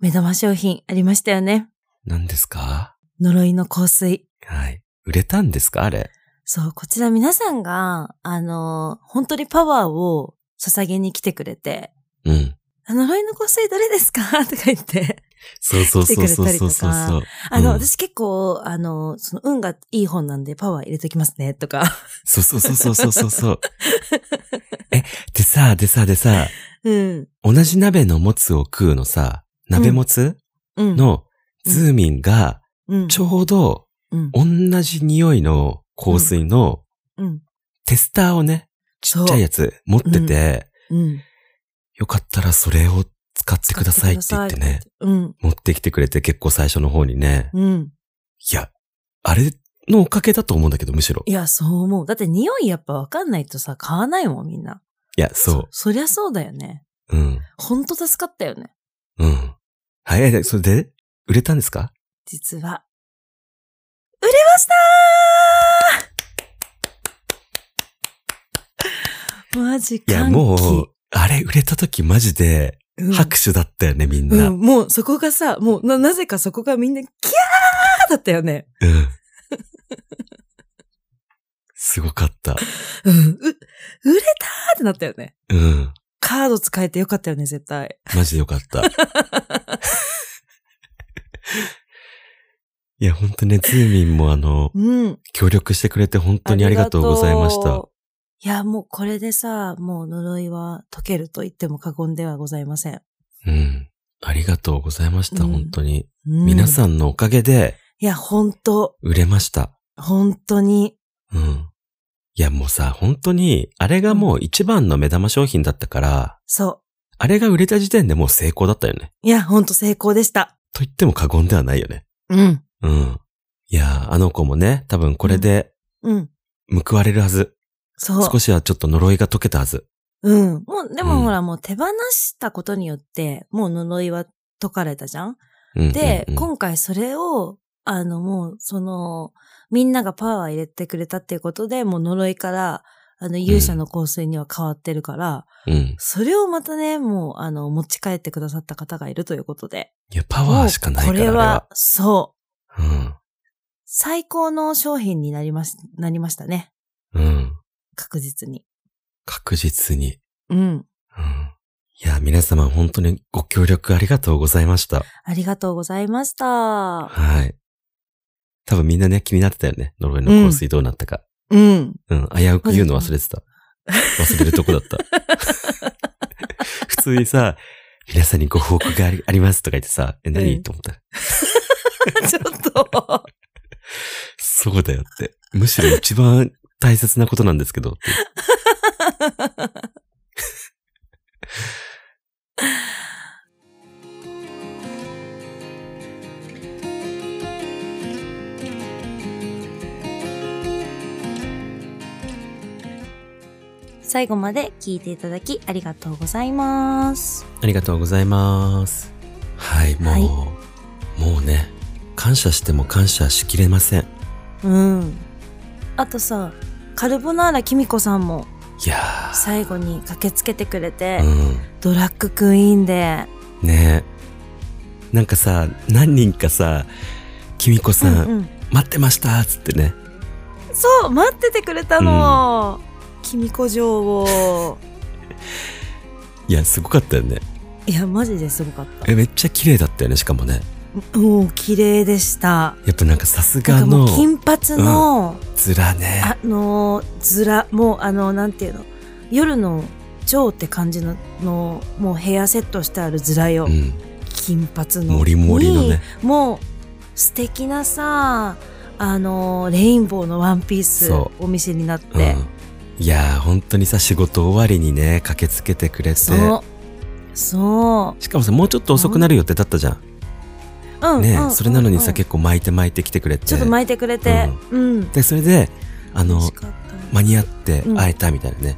[SPEAKER 2] 目玉商品ありましたよね。
[SPEAKER 1] 何ですか
[SPEAKER 2] 呪いの香水。
[SPEAKER 1] はい。売れたんですかあれ。
[SPEAKER 2] そう、こちら皆さんが、あの、本当にパワーを捧げに来てくれて、
[SPEAKER 1] うん。
[SPEAKER 2] あ呪いの香水どれですか とか言って、
[SPEAKER 1] そうそうそうそうそうそう
[SPEAKER 2] 来てくれたりと
[SPEAKER 1] そう。
[SPEAKER 2] あの、
[SPEAKER 1] うん
[SPEAKER 2] 私結構、あの、その、運がいい本なんでパワー入れときますね、とか。
[SPEAKER 1] そうそうそうそうそうそうそう。 え、でさ、でさ、でさ、
[SPEAKER 2] うん。
[SPEAKER 1] 同じ鍋のもつを食うのさ、鍋もつ
[SPEAKER 2] うん。
[SPEAKER 1] のズーミンが、
[SPEAKER 2] うん、
[SPEAKER 1] ちょうど
[SPEAKER 2] うん、
[SPEAKER 1] 同じ匂いの香水の
[SPEAKER 2] うん。
[SPEAKER 1] テスターをね、
[SPEAKER 2] ち
[SPEAKER 1] ちっちゃいやつ持ってて、
[SPEAKER 2] うん。
[SPEAKER 1] よかったらそれを使ってくださいって言ってね、
[SPEAKER 2] うん。
[SPEAKER 1] 持ってきてくれて結構最初の方にね、
[SPEAKER 2] うん。
[SPEAKER 1] いや、あれのおかげだと思うんだけど、むしろ。
[SPEAKER 2] いや、そう思う。だって匂いやっぱわかんないとさ、買わないもん、みんな。
[SPEAKER 1] いや、そ
[SPEAKER 2] そりゃそうだよね。
[SPEAKER 1] う。うん。
[SPEAKER 2] ほんと助かったよね。
[SPEAKER 1] うん。はいえ、それで、売れたんですか
[SPEAKER 2] 実は。売れましたー マジ
[SPEAKER 1] い
[SPEAKER 2] か。
[SPEAKER 1] や、もう、あれ売れた時マジで、
[SPEAKER 2] うん、
[SPEAKER 1] 拍手だったよね、みんな。う。
[SPEAKER 2] うんん、もうそこがさ、もうな、なぜかそこがみんな、キャーだったよね。
[SPEAKER 1] すごかった。
[SPEAKER 2] うん、う、売れたーってなったよね。
[SPEAKER 1] うん。
[SPEAKER 2] カード使えてよかったよね、絶対。
[SPEAKER 1] マジでよ かった。いや、本当ね、ズーミンもあの、
[SPEAKER 2] うん。
[SPEAKER 1] 協力してくれて本当にありがとうございまし
[SPEAKER 2] ありが
[SPEAKER 1] た
[SPEAKER 2] と。う。いや、もうこれでさ、もう呪いは解けると言っても過言ではございません。
[SPEAKER 1] うん。ありがとうございました、
[SPEAKER 2] うん
[SPEAKER 1] 本当に。
[SPEAKER 2] う
[SPEAKER 1] 皆さ
[SPEAKER 2] ん。
[SPEAKER 1] んのおかげで
[SPEAKER 2] いや、本当
[SPEAKER 1] 売れました。
[SPEAKER 2] 本当に。
[SPEAKER 1] うん。いや、もうさ、本当に、あれがもう一番の目玉商品だったから、
[SPEAKER 2] そ
[SPEAKER 1] あれが売れた時点でもう成功だったよね。
[SPEAKER 2] う。いや、本当成功でした。
[SPEAKER 1] と言っても過言ではないよね。
[SPEAKER 2] うん。
[SPEAKER 1] うん。いやー、あの子もね、多分これで
[SPEAKER 2] うん。
[SPEAKER 1] 報われるはず。
[SPEAKER 2] そう。
[SPEAKER 1] 少しはちょっと呪いが解けたはず。
[SPEAKER 2] うん。もう、で
[SPEAKER 1] う
[SPEAKER 2] も
[SPEAKER 1] ん
[SPEAKER 2] ほら、もう手放したことによって、もう呪いは解かれたじゃん
[SPEAKER 1] うん
[SPEAKER 2] で、
[SPEAKER 1] うんうん
[SPEAKER 2] 今回それを、あの、もう、その、みんながパワー入れてくれたっていうことで、もう呪いから、あの、勇者の香水には変わってるから、
[SPEAKER 1] うん。
[SPEAKER 2] それをまたね、もう、あの、持ち帰ってくださった方がいるということで。
[SPEAKER 1] いや、パワーしかないから、
[SPEAKER 2] もうこれは、そう。
[SPEAKER 1] あれは。
[SPEAKER 2] 最高の商品になりまし、なりましたね。
[SPEAKER 1] うん。うん。
[SPEAKER 2] 確実に。
[SPEAKER 1] 確実に。
[SPEAKER 2] うん。
[SPEAKER 1] うんいや、皆様本当にご協力ありがとうございました。
[SPEAKER 2] ありがとうございました。
[SPEAKER 1] はい。多分みんなね、気になってたよね。呪いの香水どうなったか。
[SPEAKER 2] うん。
[SPEAKER 1] うん、危うく言うの忘れてた。忘れるとこだった。 普通にさ、皆さんにご報告がありありますとか言ってさ、え、何、
[SPEAKER 2] うん
[SPEAKER 1] と思ったら、
[SPEAKER 2] ちょっ と、
[SPEAKER 1] そうだよって。むしろ一番大切なことなんですけどって。
[SPEAKER 2] 最後まで聞いていただきありがとうございます。
[SPEAKER 1] ありがとうございます。はい、もう、
[SPEAKER 2] はい
[SPEAKER 1] もうね、感謝しても感謝しきれません。
[SPEAKER 2] うん。あとさ、カルボナーラキミコさんも
[SPEAKER 1] いや
[SPEAKER 2] 最後に駆けつけてくれて、
[SPEAKER 1] ー、うん。
[SPEAKER 2] ドラッグクイーンで、
[SPEAKER 1] ねえ。なんかさ、何人かさ、きみこさん、
[SPEAKER 2] うんうん
[SPEAKER 1] 待ってましたっつってね。
[SPEAKER 2] そう待っててくれたの、キミコ女 王
[SPEAKER 1] いや、すごかったよね。
[SPEAKER 2] いやマジですごかった
[SPEAKER 1] え、めっちゃ綺麗だったよね、しかもね。
[SPEAKER 2] もう綺麗でした
[SPEAKER 1] やっぱなんかさす
[SPEAKER 2] なん
[SPEAKER 1] が
[SPEAKER 2] かも
[SPEAKER 1] の
[SPEAKER 2] う金髪の、
[SPEAKER 1] 面ね。
[SPEAKER 2] あのずらもうあのなんていうの夜の蝶って感じののもうヘアセットしてあるずらよ、
[SPEAKER 1] うん。
[SPEAKER 2] 金髪の
[SPEAKER 1] もりもりのね。
[SPEAKER 2] にもう素敵なさあのレインボーのワンピース
[SPEAKER 1] そ
[SPEAKER 2] お店になっ
[SPEAKER 1] うん
[SPEAKER 2] て、。
[SPEAKER 1] いやー、本当にさ、仕事終わりにね、駆けつけてくれて。
[SPEAKER 2] そうそ
[SPEAKER 1] しかもさ、もうちょっと遅くなる予定だったじゃん。
[SPEAKER 2] ううん
[SPEAKER 1] ね
[SPEAKER 2] うん
[SPEAKER 1] それなのに
[SPEAKER 2] う
[SPEAKER 1] さ、
[SPEAKER 2] ん
[SPEAKER 1] 結構巻いて巻いてきてくれて。
[SPEAKER 2] ちょっと巻いてくれて、うん。
[SPEAKER 1] で、それで、あ
[SPEAKER 2] 美味
[SPEAKER 1] の
[SPEAKER 2] し、かった
[SPEAKER 1] 間に合って会えたみたいなね。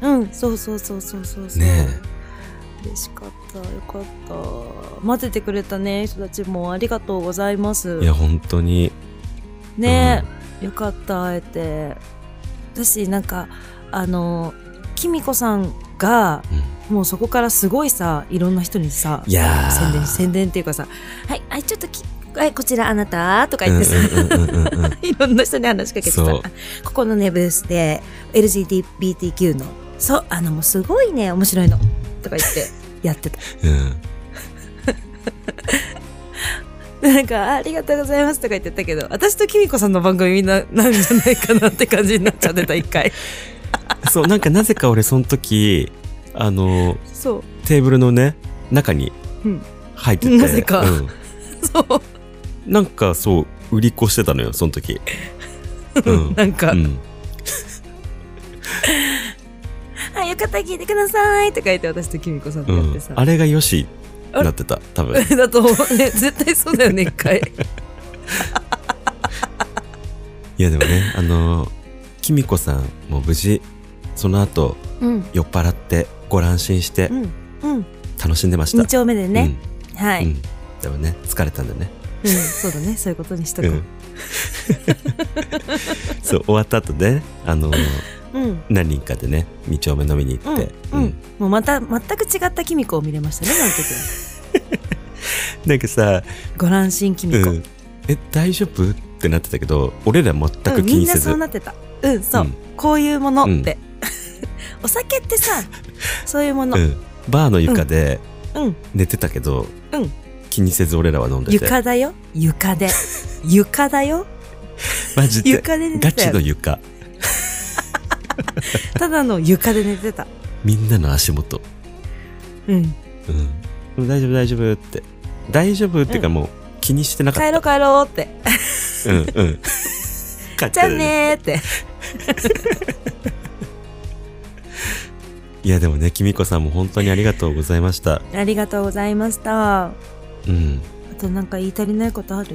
[SPEAKER 2] うん、そうそうそうそうそうそう。
[SPEAKER 1] ね
[SPEAKER 2] 嬉しかった、よかった。待っててくれたね、人たちもありがとうございます
[SPEAKER 1] え。いや、本当に。
[SPEAKER 2] ねえ、よかった、会えて。私、なんか、あの、きみこさんが、
[SPEAKER 1] うん。
[SPEAKER 2] もうそこからすごいさ、いろんな人にさ、
[SPEAKER 1] いやー
[SPEAKER 2] 宣伝、宣伝っていうかさ、はい、はい、ちょっとき、はい、こちらあなたとか言ってさ、
[SPEAKER 1] うんうんうんうんうんうん。
[SPEAKER 2] いろんな人に話しかけてさ、
[SPEAKER 1] そう
[SPEAKER 2] ここのね、ブースで LGBTQ の、そう、あの、もうすごいね、面白いの、とか言 って、やってた。
[SPEAKER 1] うん。
[SPEAKER 2] なんか、あありがとうございますとか言ってたけど、私とキミコさんの番組みんな、なんじゃないかなって感じになっちゃってた、一 回。
[SPEAKER 1] そう、なんかなぜか俺その時、あの、
[SPEAKER 2] そ
[SPEAKER 1] テーブルのね、中に
[SPEAKER 2] うん
[SPEAKER 1] 入ってて。
[SPEAKER 2] なぜか
[SPEAKER 1] うん
[SPEAKER 2] う、そう、
[SPEAKER 1] なんかそう、売り越してたのよ、その時。うん。
[SPEAKER 2] なんか、
[SPEAKER 1] うん。
[SPEAKER 2] あ、よかったら聞いてくださいとか言って、私とキミコさんとやって
[SPEAKER 1] うん
[SPEAKER 2] さ。
[SPEAKER 1] あれがよしになってた、多分。
[SPEAKER 2] だと思うね、絶対そうだよね、一回。
[SPEAKER 1] いや、で もね、あの、きみこさんも無事、その後、
[SPEAKER 2] うん、
[SPEAKER 1] 酔っ払って、ご乱心して
[SPEAKER 2] う、ん、うん、
[SPEAKER 1] 楽しんでました。
[SPEAKER 2] 二丁目でね、は
[SPEAKER 1] う
[SPEAKER 2] い、
[SPEAKER 1] ん。う
[SPEAKER 2] うん
[SPEAKER 1] ん。でもね、疲れたんだよね。
[SPEAKER 2] そうだね、そういうことにしとく。
[SPEAKER 1] うんそう終わった後で、あの
[SPEAKER 2] うん
[SPEAKER 1] 何人かでね2丁目飲みに行って、
[SPEAKER 2] うんうんもうまた全く違ったキミコを見れましたね、あの時は。
[SPEAKER 1] なんかさ、
[SPEAKER 2] ご乱心キミコ。
[SPEAKER 1] う
[SPEAKER 2] うん
[SPEAKER 1] んえ大丈夫ってなってたけど俺ら全く気
[SPEAKER 2] み
[SPEAKER 1] に
[SPEAKER 2] んな
[SPEAKER 1] せず、
[SPEAKER 2] そうなってた。うん、そう。
[SPEAKER 1] うん
[SPEAKER 2] こういうものって。 お酒ってさ、そういうもの。
[SPEAKER 1] うんバーの床で
[SPEAKER 2] うん、
[SPEAKER 1] 寝てたけど、
[SPEAKER 2] うん
[SPEAKER 1] 気にせず俺らは飲んでて
[SPEAKER 2] 床だよ。床で。床だよ。
[SPEAKER 1] マジで
[SPEAKER 2] 床で寝
[SPEAKER 1] ガ
[SPEAKER 2] て
[SPEAKER 1] チ
[SPEAKER 2] た
[SPEAKER 1] の
[SPEAKER 2] よ。
[SPEAKER 1] 床
[SPEAKER 2] ただの床で寝てた。
[SPEAKER 1] みんなの足元、
[SPEAKER 2] うん。
[SPEAKER 1] うん、大丈夫大丈夫って大丈夫っていうかもう気にしてなか
[SPEAKER 2] 帰ろ
[SPEAKER 1] っ
[SPEAKER 2] う帰ろうって。
[SPEAKER 1] たうんう ん帰っ
[SPEAKER 2] じ
[SPEAKER 1] て
[SPEAKER 2] ゃあ
[SPEAKER 1] る
[SPEAKER 2] ねーって。
[SPEAKER 1] いやでもねきみこさんも本当にありがとうございました
[SPEAKER 2] ありがとうございました。あ
[SPEAKER 1] うん
[SPEAKER 2] となんか言い足りないことある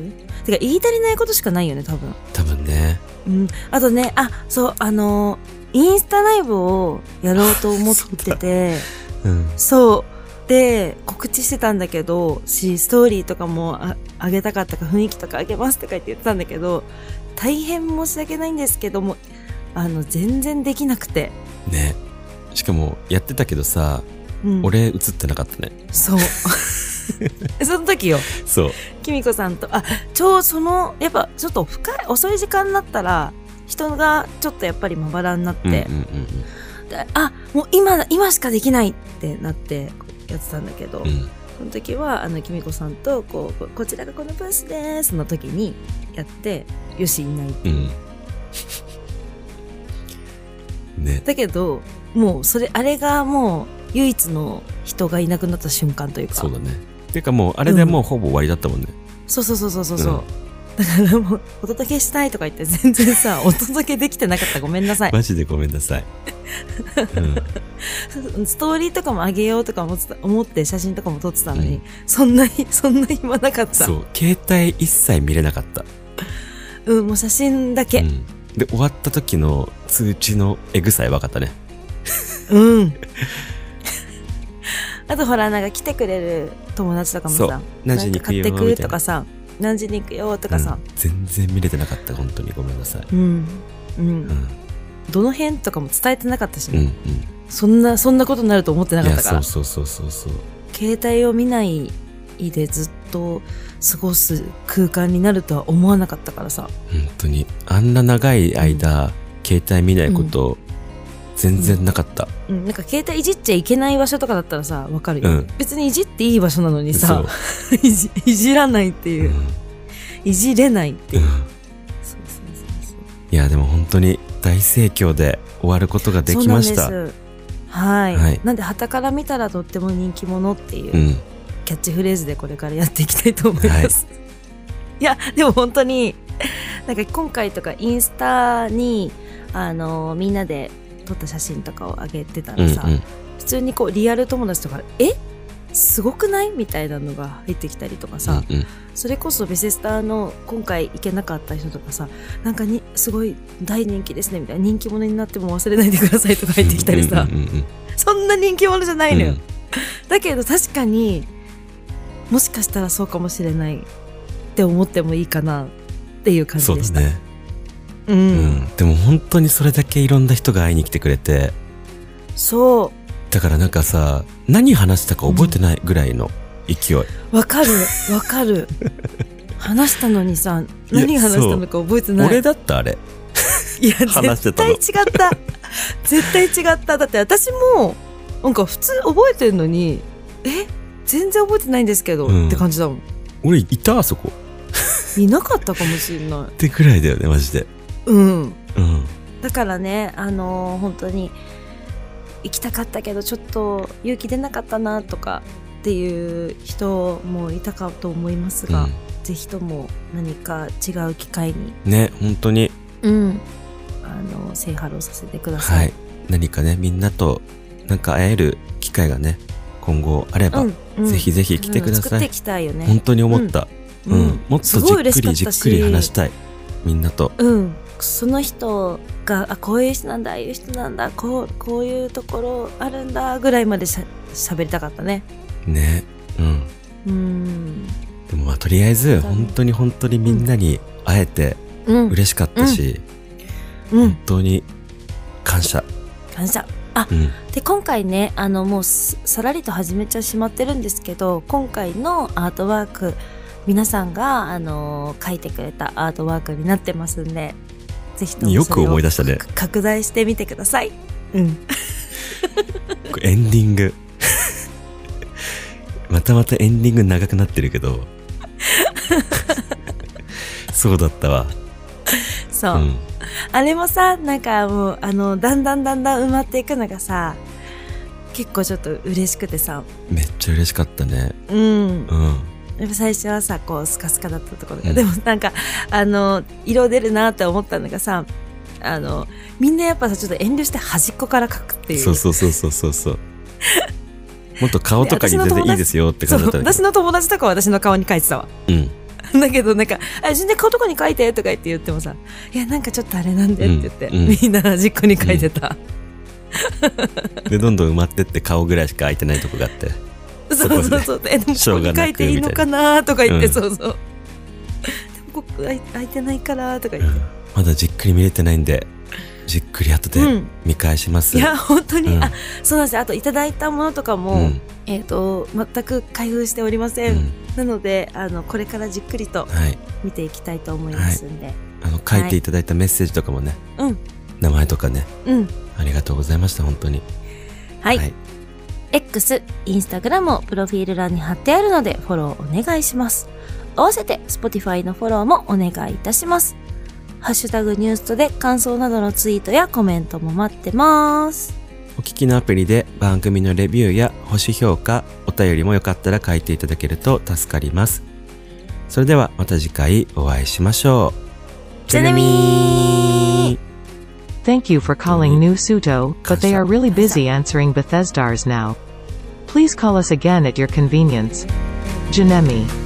[SPEAKER 2] てか言い足りないことしかないよね、多分。
[SPEAKER 1] 多分ね
[SPEAKER 2] うん、あとね、あ、そう、あのー、インスタライブをやろうと思ってて、
[SPEAKER 1] うん
[SPEAKER 2] そう。で、告知してたんだけど、し、ストーリーとかもあ上げたかったか、雰囲気とか上げますとか言って言ってたんだけど、大変申し訳ないんですけども、あの、全然できなくて。
[SPEAKER 1] ねしかもやってたけどさ、
[SPEAKER 2] うん、。
[SPEAKER 1] 俺映ってなかったね
[SPEAKER 2] そう。 その時よ、
[SPEAKER 1] そう
[SPEAKER 2] きみこさんと、あ、ちょう、その、やっぱ、ちょっと深い、遅い時間になったら、人がちょっとやっぱりまばらになって、
[SPEAKER 1] うんうんうん
[SPEAKER 2] だあもう今だ今しかできないってなってやってたんだけど、
[SPEAKER 1] うん。
[SPEAKER 2] その時はあのきみこさんとこうここちらがこのブースですの時にやってよしいない
[SPEAKER 1] うん。ね。
[SPEAKER 2] だけどもうそれあれがもう唯一の人がいなくなった瞬間というか
[SPEAKER 1] そうだね。てかもう、あれでもうほぼ終わりだったもんね。
[SPEAKER 2] そうそうそうそうそうそう、だからもうお届けしたいとか言って全然 さお届けできてなかったごめんなさい
[SPEAKER 1] マジでごめんなさい。 うん。
[SPEAKER 2] ストーリーとかも上げようとか思ってた思って写真とかも撮ってたのに、そんなに そんな暇なかった
[SPEAKER 1] そう。携帯一切見れなかった。
[SPEAKER 2] うんもう写真だ
[SPEAKER 1] う
[SPEAKER 2] け
[SPEAKER 1] ん。で、終わった時の通知のエグさえ分かったね。
[SPEAKER 2] うん、 あとほらなんか来てくれる友達とかも
[SPEAKER 1] そ
[SPEAKER 2] さ
[SPEAKER 1] う。何時に行くよ
[SPEAKER 2] なんか買っ
[SPEAKER 1] み
[SPEAKER 2] てく
[SPEAKER 1] たい
[SPEAKER 2] とか
[SPEAKER 1] な。
[SPEAKER 2] さ何時に行くよとかさ
[SPEAKER 1] うん全然見れてなかった。本当にごめんなさい。
[SPEAKER 2] うん、うん
[SPEAKER 1] うん。
[SPEAKER 2] どの辺とかも伝えてなかったし
[SPEAKER 1] うん。
[SPEAKER 2] ね、
[SPEAKER 1] うん。
[SPEAKER 2] そんなそんなことになると思ってないかっ
[SPEAKER 1] や、
[SPEAKER 2] たか
[SPEAKER 1] そ
[SPEAKER 2] ら
[SPEAKER 1] うそうそうそうそう。
[SPEAKER 2] 携帯を見ないでずっと過ごす空間になるとは思わなかったからさ
[SPEAKER 1] 本当に。あんな長い間、携帯見ないこと、全然なかった。
[SPEAKER 2] うんなんか携帯いじっちゃいけない場所とかだったらさわかるよ、
[SPEAKER 1] うん
[SPEAKER 2] 別にいじっていい場所なのに
[SPEAKER 1] そ
[SPEAKER 2] さ
[SPEAKER 1] う
[SPEAKER 2] いじいじらないって
[SPEAKER 1] う
[SPEAKER 2] い
[SPEAKER 1] ん
[SPEAKER 2] う、いじれないって
[SPEAKER 1] う
[SPEAKER 2] い
[SPEAKER 1] ん
[SPEAKER 2] うそうそうそうそう
[SPEAKER 1] いや、でも本当に大盛況で終わることができました。
[SPEAKER 2] そう
[SPEAKER 1] う
[SPEAKER 2] なんですはい、
[SPEAKER 1] はい。
[SPEAKER 2] なんで旗から見たらとっても人気者っていうんキャッチフレーズでこれからやっていきたいと思います。い、や、でも本当に、なんか今回とかインスタに、あの、みんなで撮った写真とかを上げてた
[SPEAKER 1] うん。う
[SPEAKER 2] ら
[SPEAKER 1] ん
[SPEAKER 2] さ、。普通にこうリアル友達とか、えすごくないみたいなのが入ってきたりとかさ、
[SPEAKER 1] うんうん
[SPEAKER 2] それこそベセスターの今回行けなかった人とかさ、なんかに、すごい大人気ですねみたいな、人気者になっても忘れないでくださいとか入ってきたりさ
[SPEAKER 1] うん、うんうんうん
[SPEAKER 2] そんな人気者じゃないのよ。
[SPEAKER 1] うん
[SPEAKER 2] だけど確かにもしかしたらそうかもしれないって思ってもいいかなっていう感じ
[SPEAKER 1] そう
[SPEAKER 2] で
[SPEAKER 1] だ
[SPEAKER 2] した。
[SPEAKER 1] ね。
[SPEAKER 2] う、
[SPEAKER 1] うんん。でも本当にそれだけいろんな人が会いに来てくれて、
[SPEAKER 2] そ
[SPEAKER 1] だからなんかさ、何話したか覚えてないぐらいの勢い。
[SPEAKER 2] うわかるわかる話したのにさ何話したのか覚えてない
[SPEAKER 1] 俺だったあれ。
[SPEAKER 2] いや
[SPEAKER 1] 話して
[SPEAKER 2] 絶
[SPEAKER 1] た
[SPEAKER 2] 対違
[SPEAKER 1] の
[SPEAKER 2] った絶対違っただって私もなんか普通覚えてるのにえ全然覚えてないんですけど、
[SPEAKER 1] うん
[SPEAKER 2] って感じだもん
[SPEAKER 1] 俺いたあそこ。
[SPEAKER 2] いなかったかもしれない
[SPEAKER 1] ってぐらいだよね、マジで。
[SPEAKER 2] うん
[SPEAKER 1] うん。
[SPEAKER 2] だからね、あのー本当に行きたかったけどちょっと勇気出なかったなとかっていう人もいたかと思いますが、
[SPEAKER 1] う
[SPEAKER 2] ぜひとも何か違う機会に、
[SPEAKER 1] んね、本当に。
[SPEAKER 2] うん、あのセイハローさせてくださ。
[SPEAKER 1] はいい。何かね、みんなと、なんか会える機会がね、今後あれば、
[SPEAKER 2] うんうん
[SPEAKER 1] ぜひぜひ来てくだ
[SPEAKER 2] 作
[SPEAKER 1] さ
[SPEAKER 2] っ
[SPEAKER 1] い。
[SPEAKER 2] ていきたいよ
[SPEAKER 1] 本
[SPEAKER 2] ね。
[SPEAKER 1] 当に思った。うん。もっとじ
[SPEAKER 2] すごい
[SPEAKER 1] っ
[SPEAKER 2] 嬉し
[SPEAKER 1] く
[SPEAKER 2] か
[SPEAKER 1] り
[SPEAKER 2] っ
[SPEAKER 1] じ
[SPEAKER 2] た
[SPEAKER 1] っ
[SPEAKER 2] し
[SPEAKER 1] くり話したい。みんなと。
[SPEAKER 2] うん、その人があこういう人なんだああいう人なんだこうこういうところあるんだぐらいまでしゃ喋りたかったね。
[SPEAKER 1] ね。うん。
[SPEAKER 2] うん、
[SPEAKER 1] でもまあ、とりあえず、
[SPEAKER 2] そうだね
[SPEAKER 1] 本当に本当にみんなに会えて
[SPEAKER 2] うん、
[SPEAKER 1] 嬉しかったし、
[SPEAKER 2] うん
[SPEAKER 1] 本、当に感謝。
[SPEAKER 2] 感謝。あ
[SPEAKER 1] うん。
[SPEAKER 2] で今回ねあのもうすさらりと始めちゃしまってるんですけど今回のアートワーク皆さんがあの書いてくれたアートワークになってますんでぜひとも
[SPEAKER 1] よ
[SPEAKER 2] それ
[SPEAKER 1] く
[SPEAKER 2] を
[SPEAKER 1] 思い出したね。
[SPEAKER 2] か拡大してみてください。うん、
[SPEAKER 1] エンディン グ。またまたエンディング長くなってるけ ど。そうだったわ。
[SPEAKER 2] そう、
[SPEAKER 1] うん。
[SPEAKER 2] あれもさなんかもうあのだんだんだんだん埋まっていくのがさ結構ちょっと嬉しくてさ
[SPEAKER 1] めっちゃ嬉しかったね。
[SPEAKER 2] うん
[SPEAKER 1] うん。
[SPEAKER 2] やっぱ最初はさこうスカスカだったところが、
[SPEAKER 1] うん
[SPEAKER 2] でもなんかあの色出るなって思ったのがさあのみんなやっぱさちょっと遠慮して端っこから描くっていう
[SPEAKER 1] そうそうそうそうそうそう。もっと顔とかに全然いいですよって感じだ
[SPEAKER 2] そ
[SPEAKER 1] った
[SPEAKER 2] う
[SPEAKER 1] ね。
[SPEAKER 2] 私の友達とかは私の顔に描いてたわ
[SPEAKER 1] うん。
[SPEAKER 2] だけどなんか「あ全然顔とかに描いて」とか言って言ってもさ「いやなんかちょっとあれなんで」って言って、
[SPEAKER 1] うんうん
[SPEAKER 2] みんな端っこに描いてた、
[SPEAKER 1] で、どんどん埋まってって顔ぐらいしか空いてないとこがあって。
[SPEAKER 2] そう
[SPEAKER 1] こで
[SPEAKER 2] そうそうえでもこ
[SPEAKER 1] しょ
[SPEAKER 2] こ
[SPEAKER 1] う
[SPEAKER 2] に
[SPEAKER 1] が
[SPEAKER 2] 描
[SPEAKER 1] ないく
[SPEAKER 2] ていいのかなとか言って、
[SPEAKER 1] みた
[SPEAKER 2] そうそうでもここ空いてないからとか言って、
[SPEAKER 1] まだじっくり見れてないんで、じっくり後
[SPEAKER 2] う
[SPEAKER 1] で
[SPEAKER 2] ん
[SPEAKER 1] 見返します。
[SPEAKER 2] いや本当に、
[SPEAKER 1] うん
[SPEAKER 2] あそうなんですよあといただいたものとか
[SPEAKER 1] う
[SPEAKER 2] も、
[SPEAKER 1] ん。
[SPEAKER 2] えっ、と全く開封しておりませ、
[SPEAKER 1] うんん。
[SPEAKER 2] なのであのこれからじっくりと
[SPEAKER 1] はい。
[SPEAKER 2] 見ていきたいと思いますんで、
[SPEAKER 1] あの、書いていただいたメッセージとかもね、
[SPEAKER 2] うん
[SPEAKER 1] 名前とかね、
[SPEAKER 2] うん
[SPEAKER 1] ありがとうございました、本当に。
[SPEAKER 2] はい。X、インスタグラムをプロフィール欄に貼ってあるのでフォローお願いします。合わせて Spotify のフォローもお願いいたします。ハッシュタグニュースとで感想などのツイートやコメントも待ってます。
[SPEAKER 1] お聞きのアプリで番組のレビューや星評価、お便りもよかったら書いていただけると助かります。それではまた次回お会いしましょう。
[SPEAKER 2] じゃあねみー
[SPEAKER 3] Thank you for calling New Suto, but they are really busy answering Bethesdars now. Please call us again at your convenience. Janemi.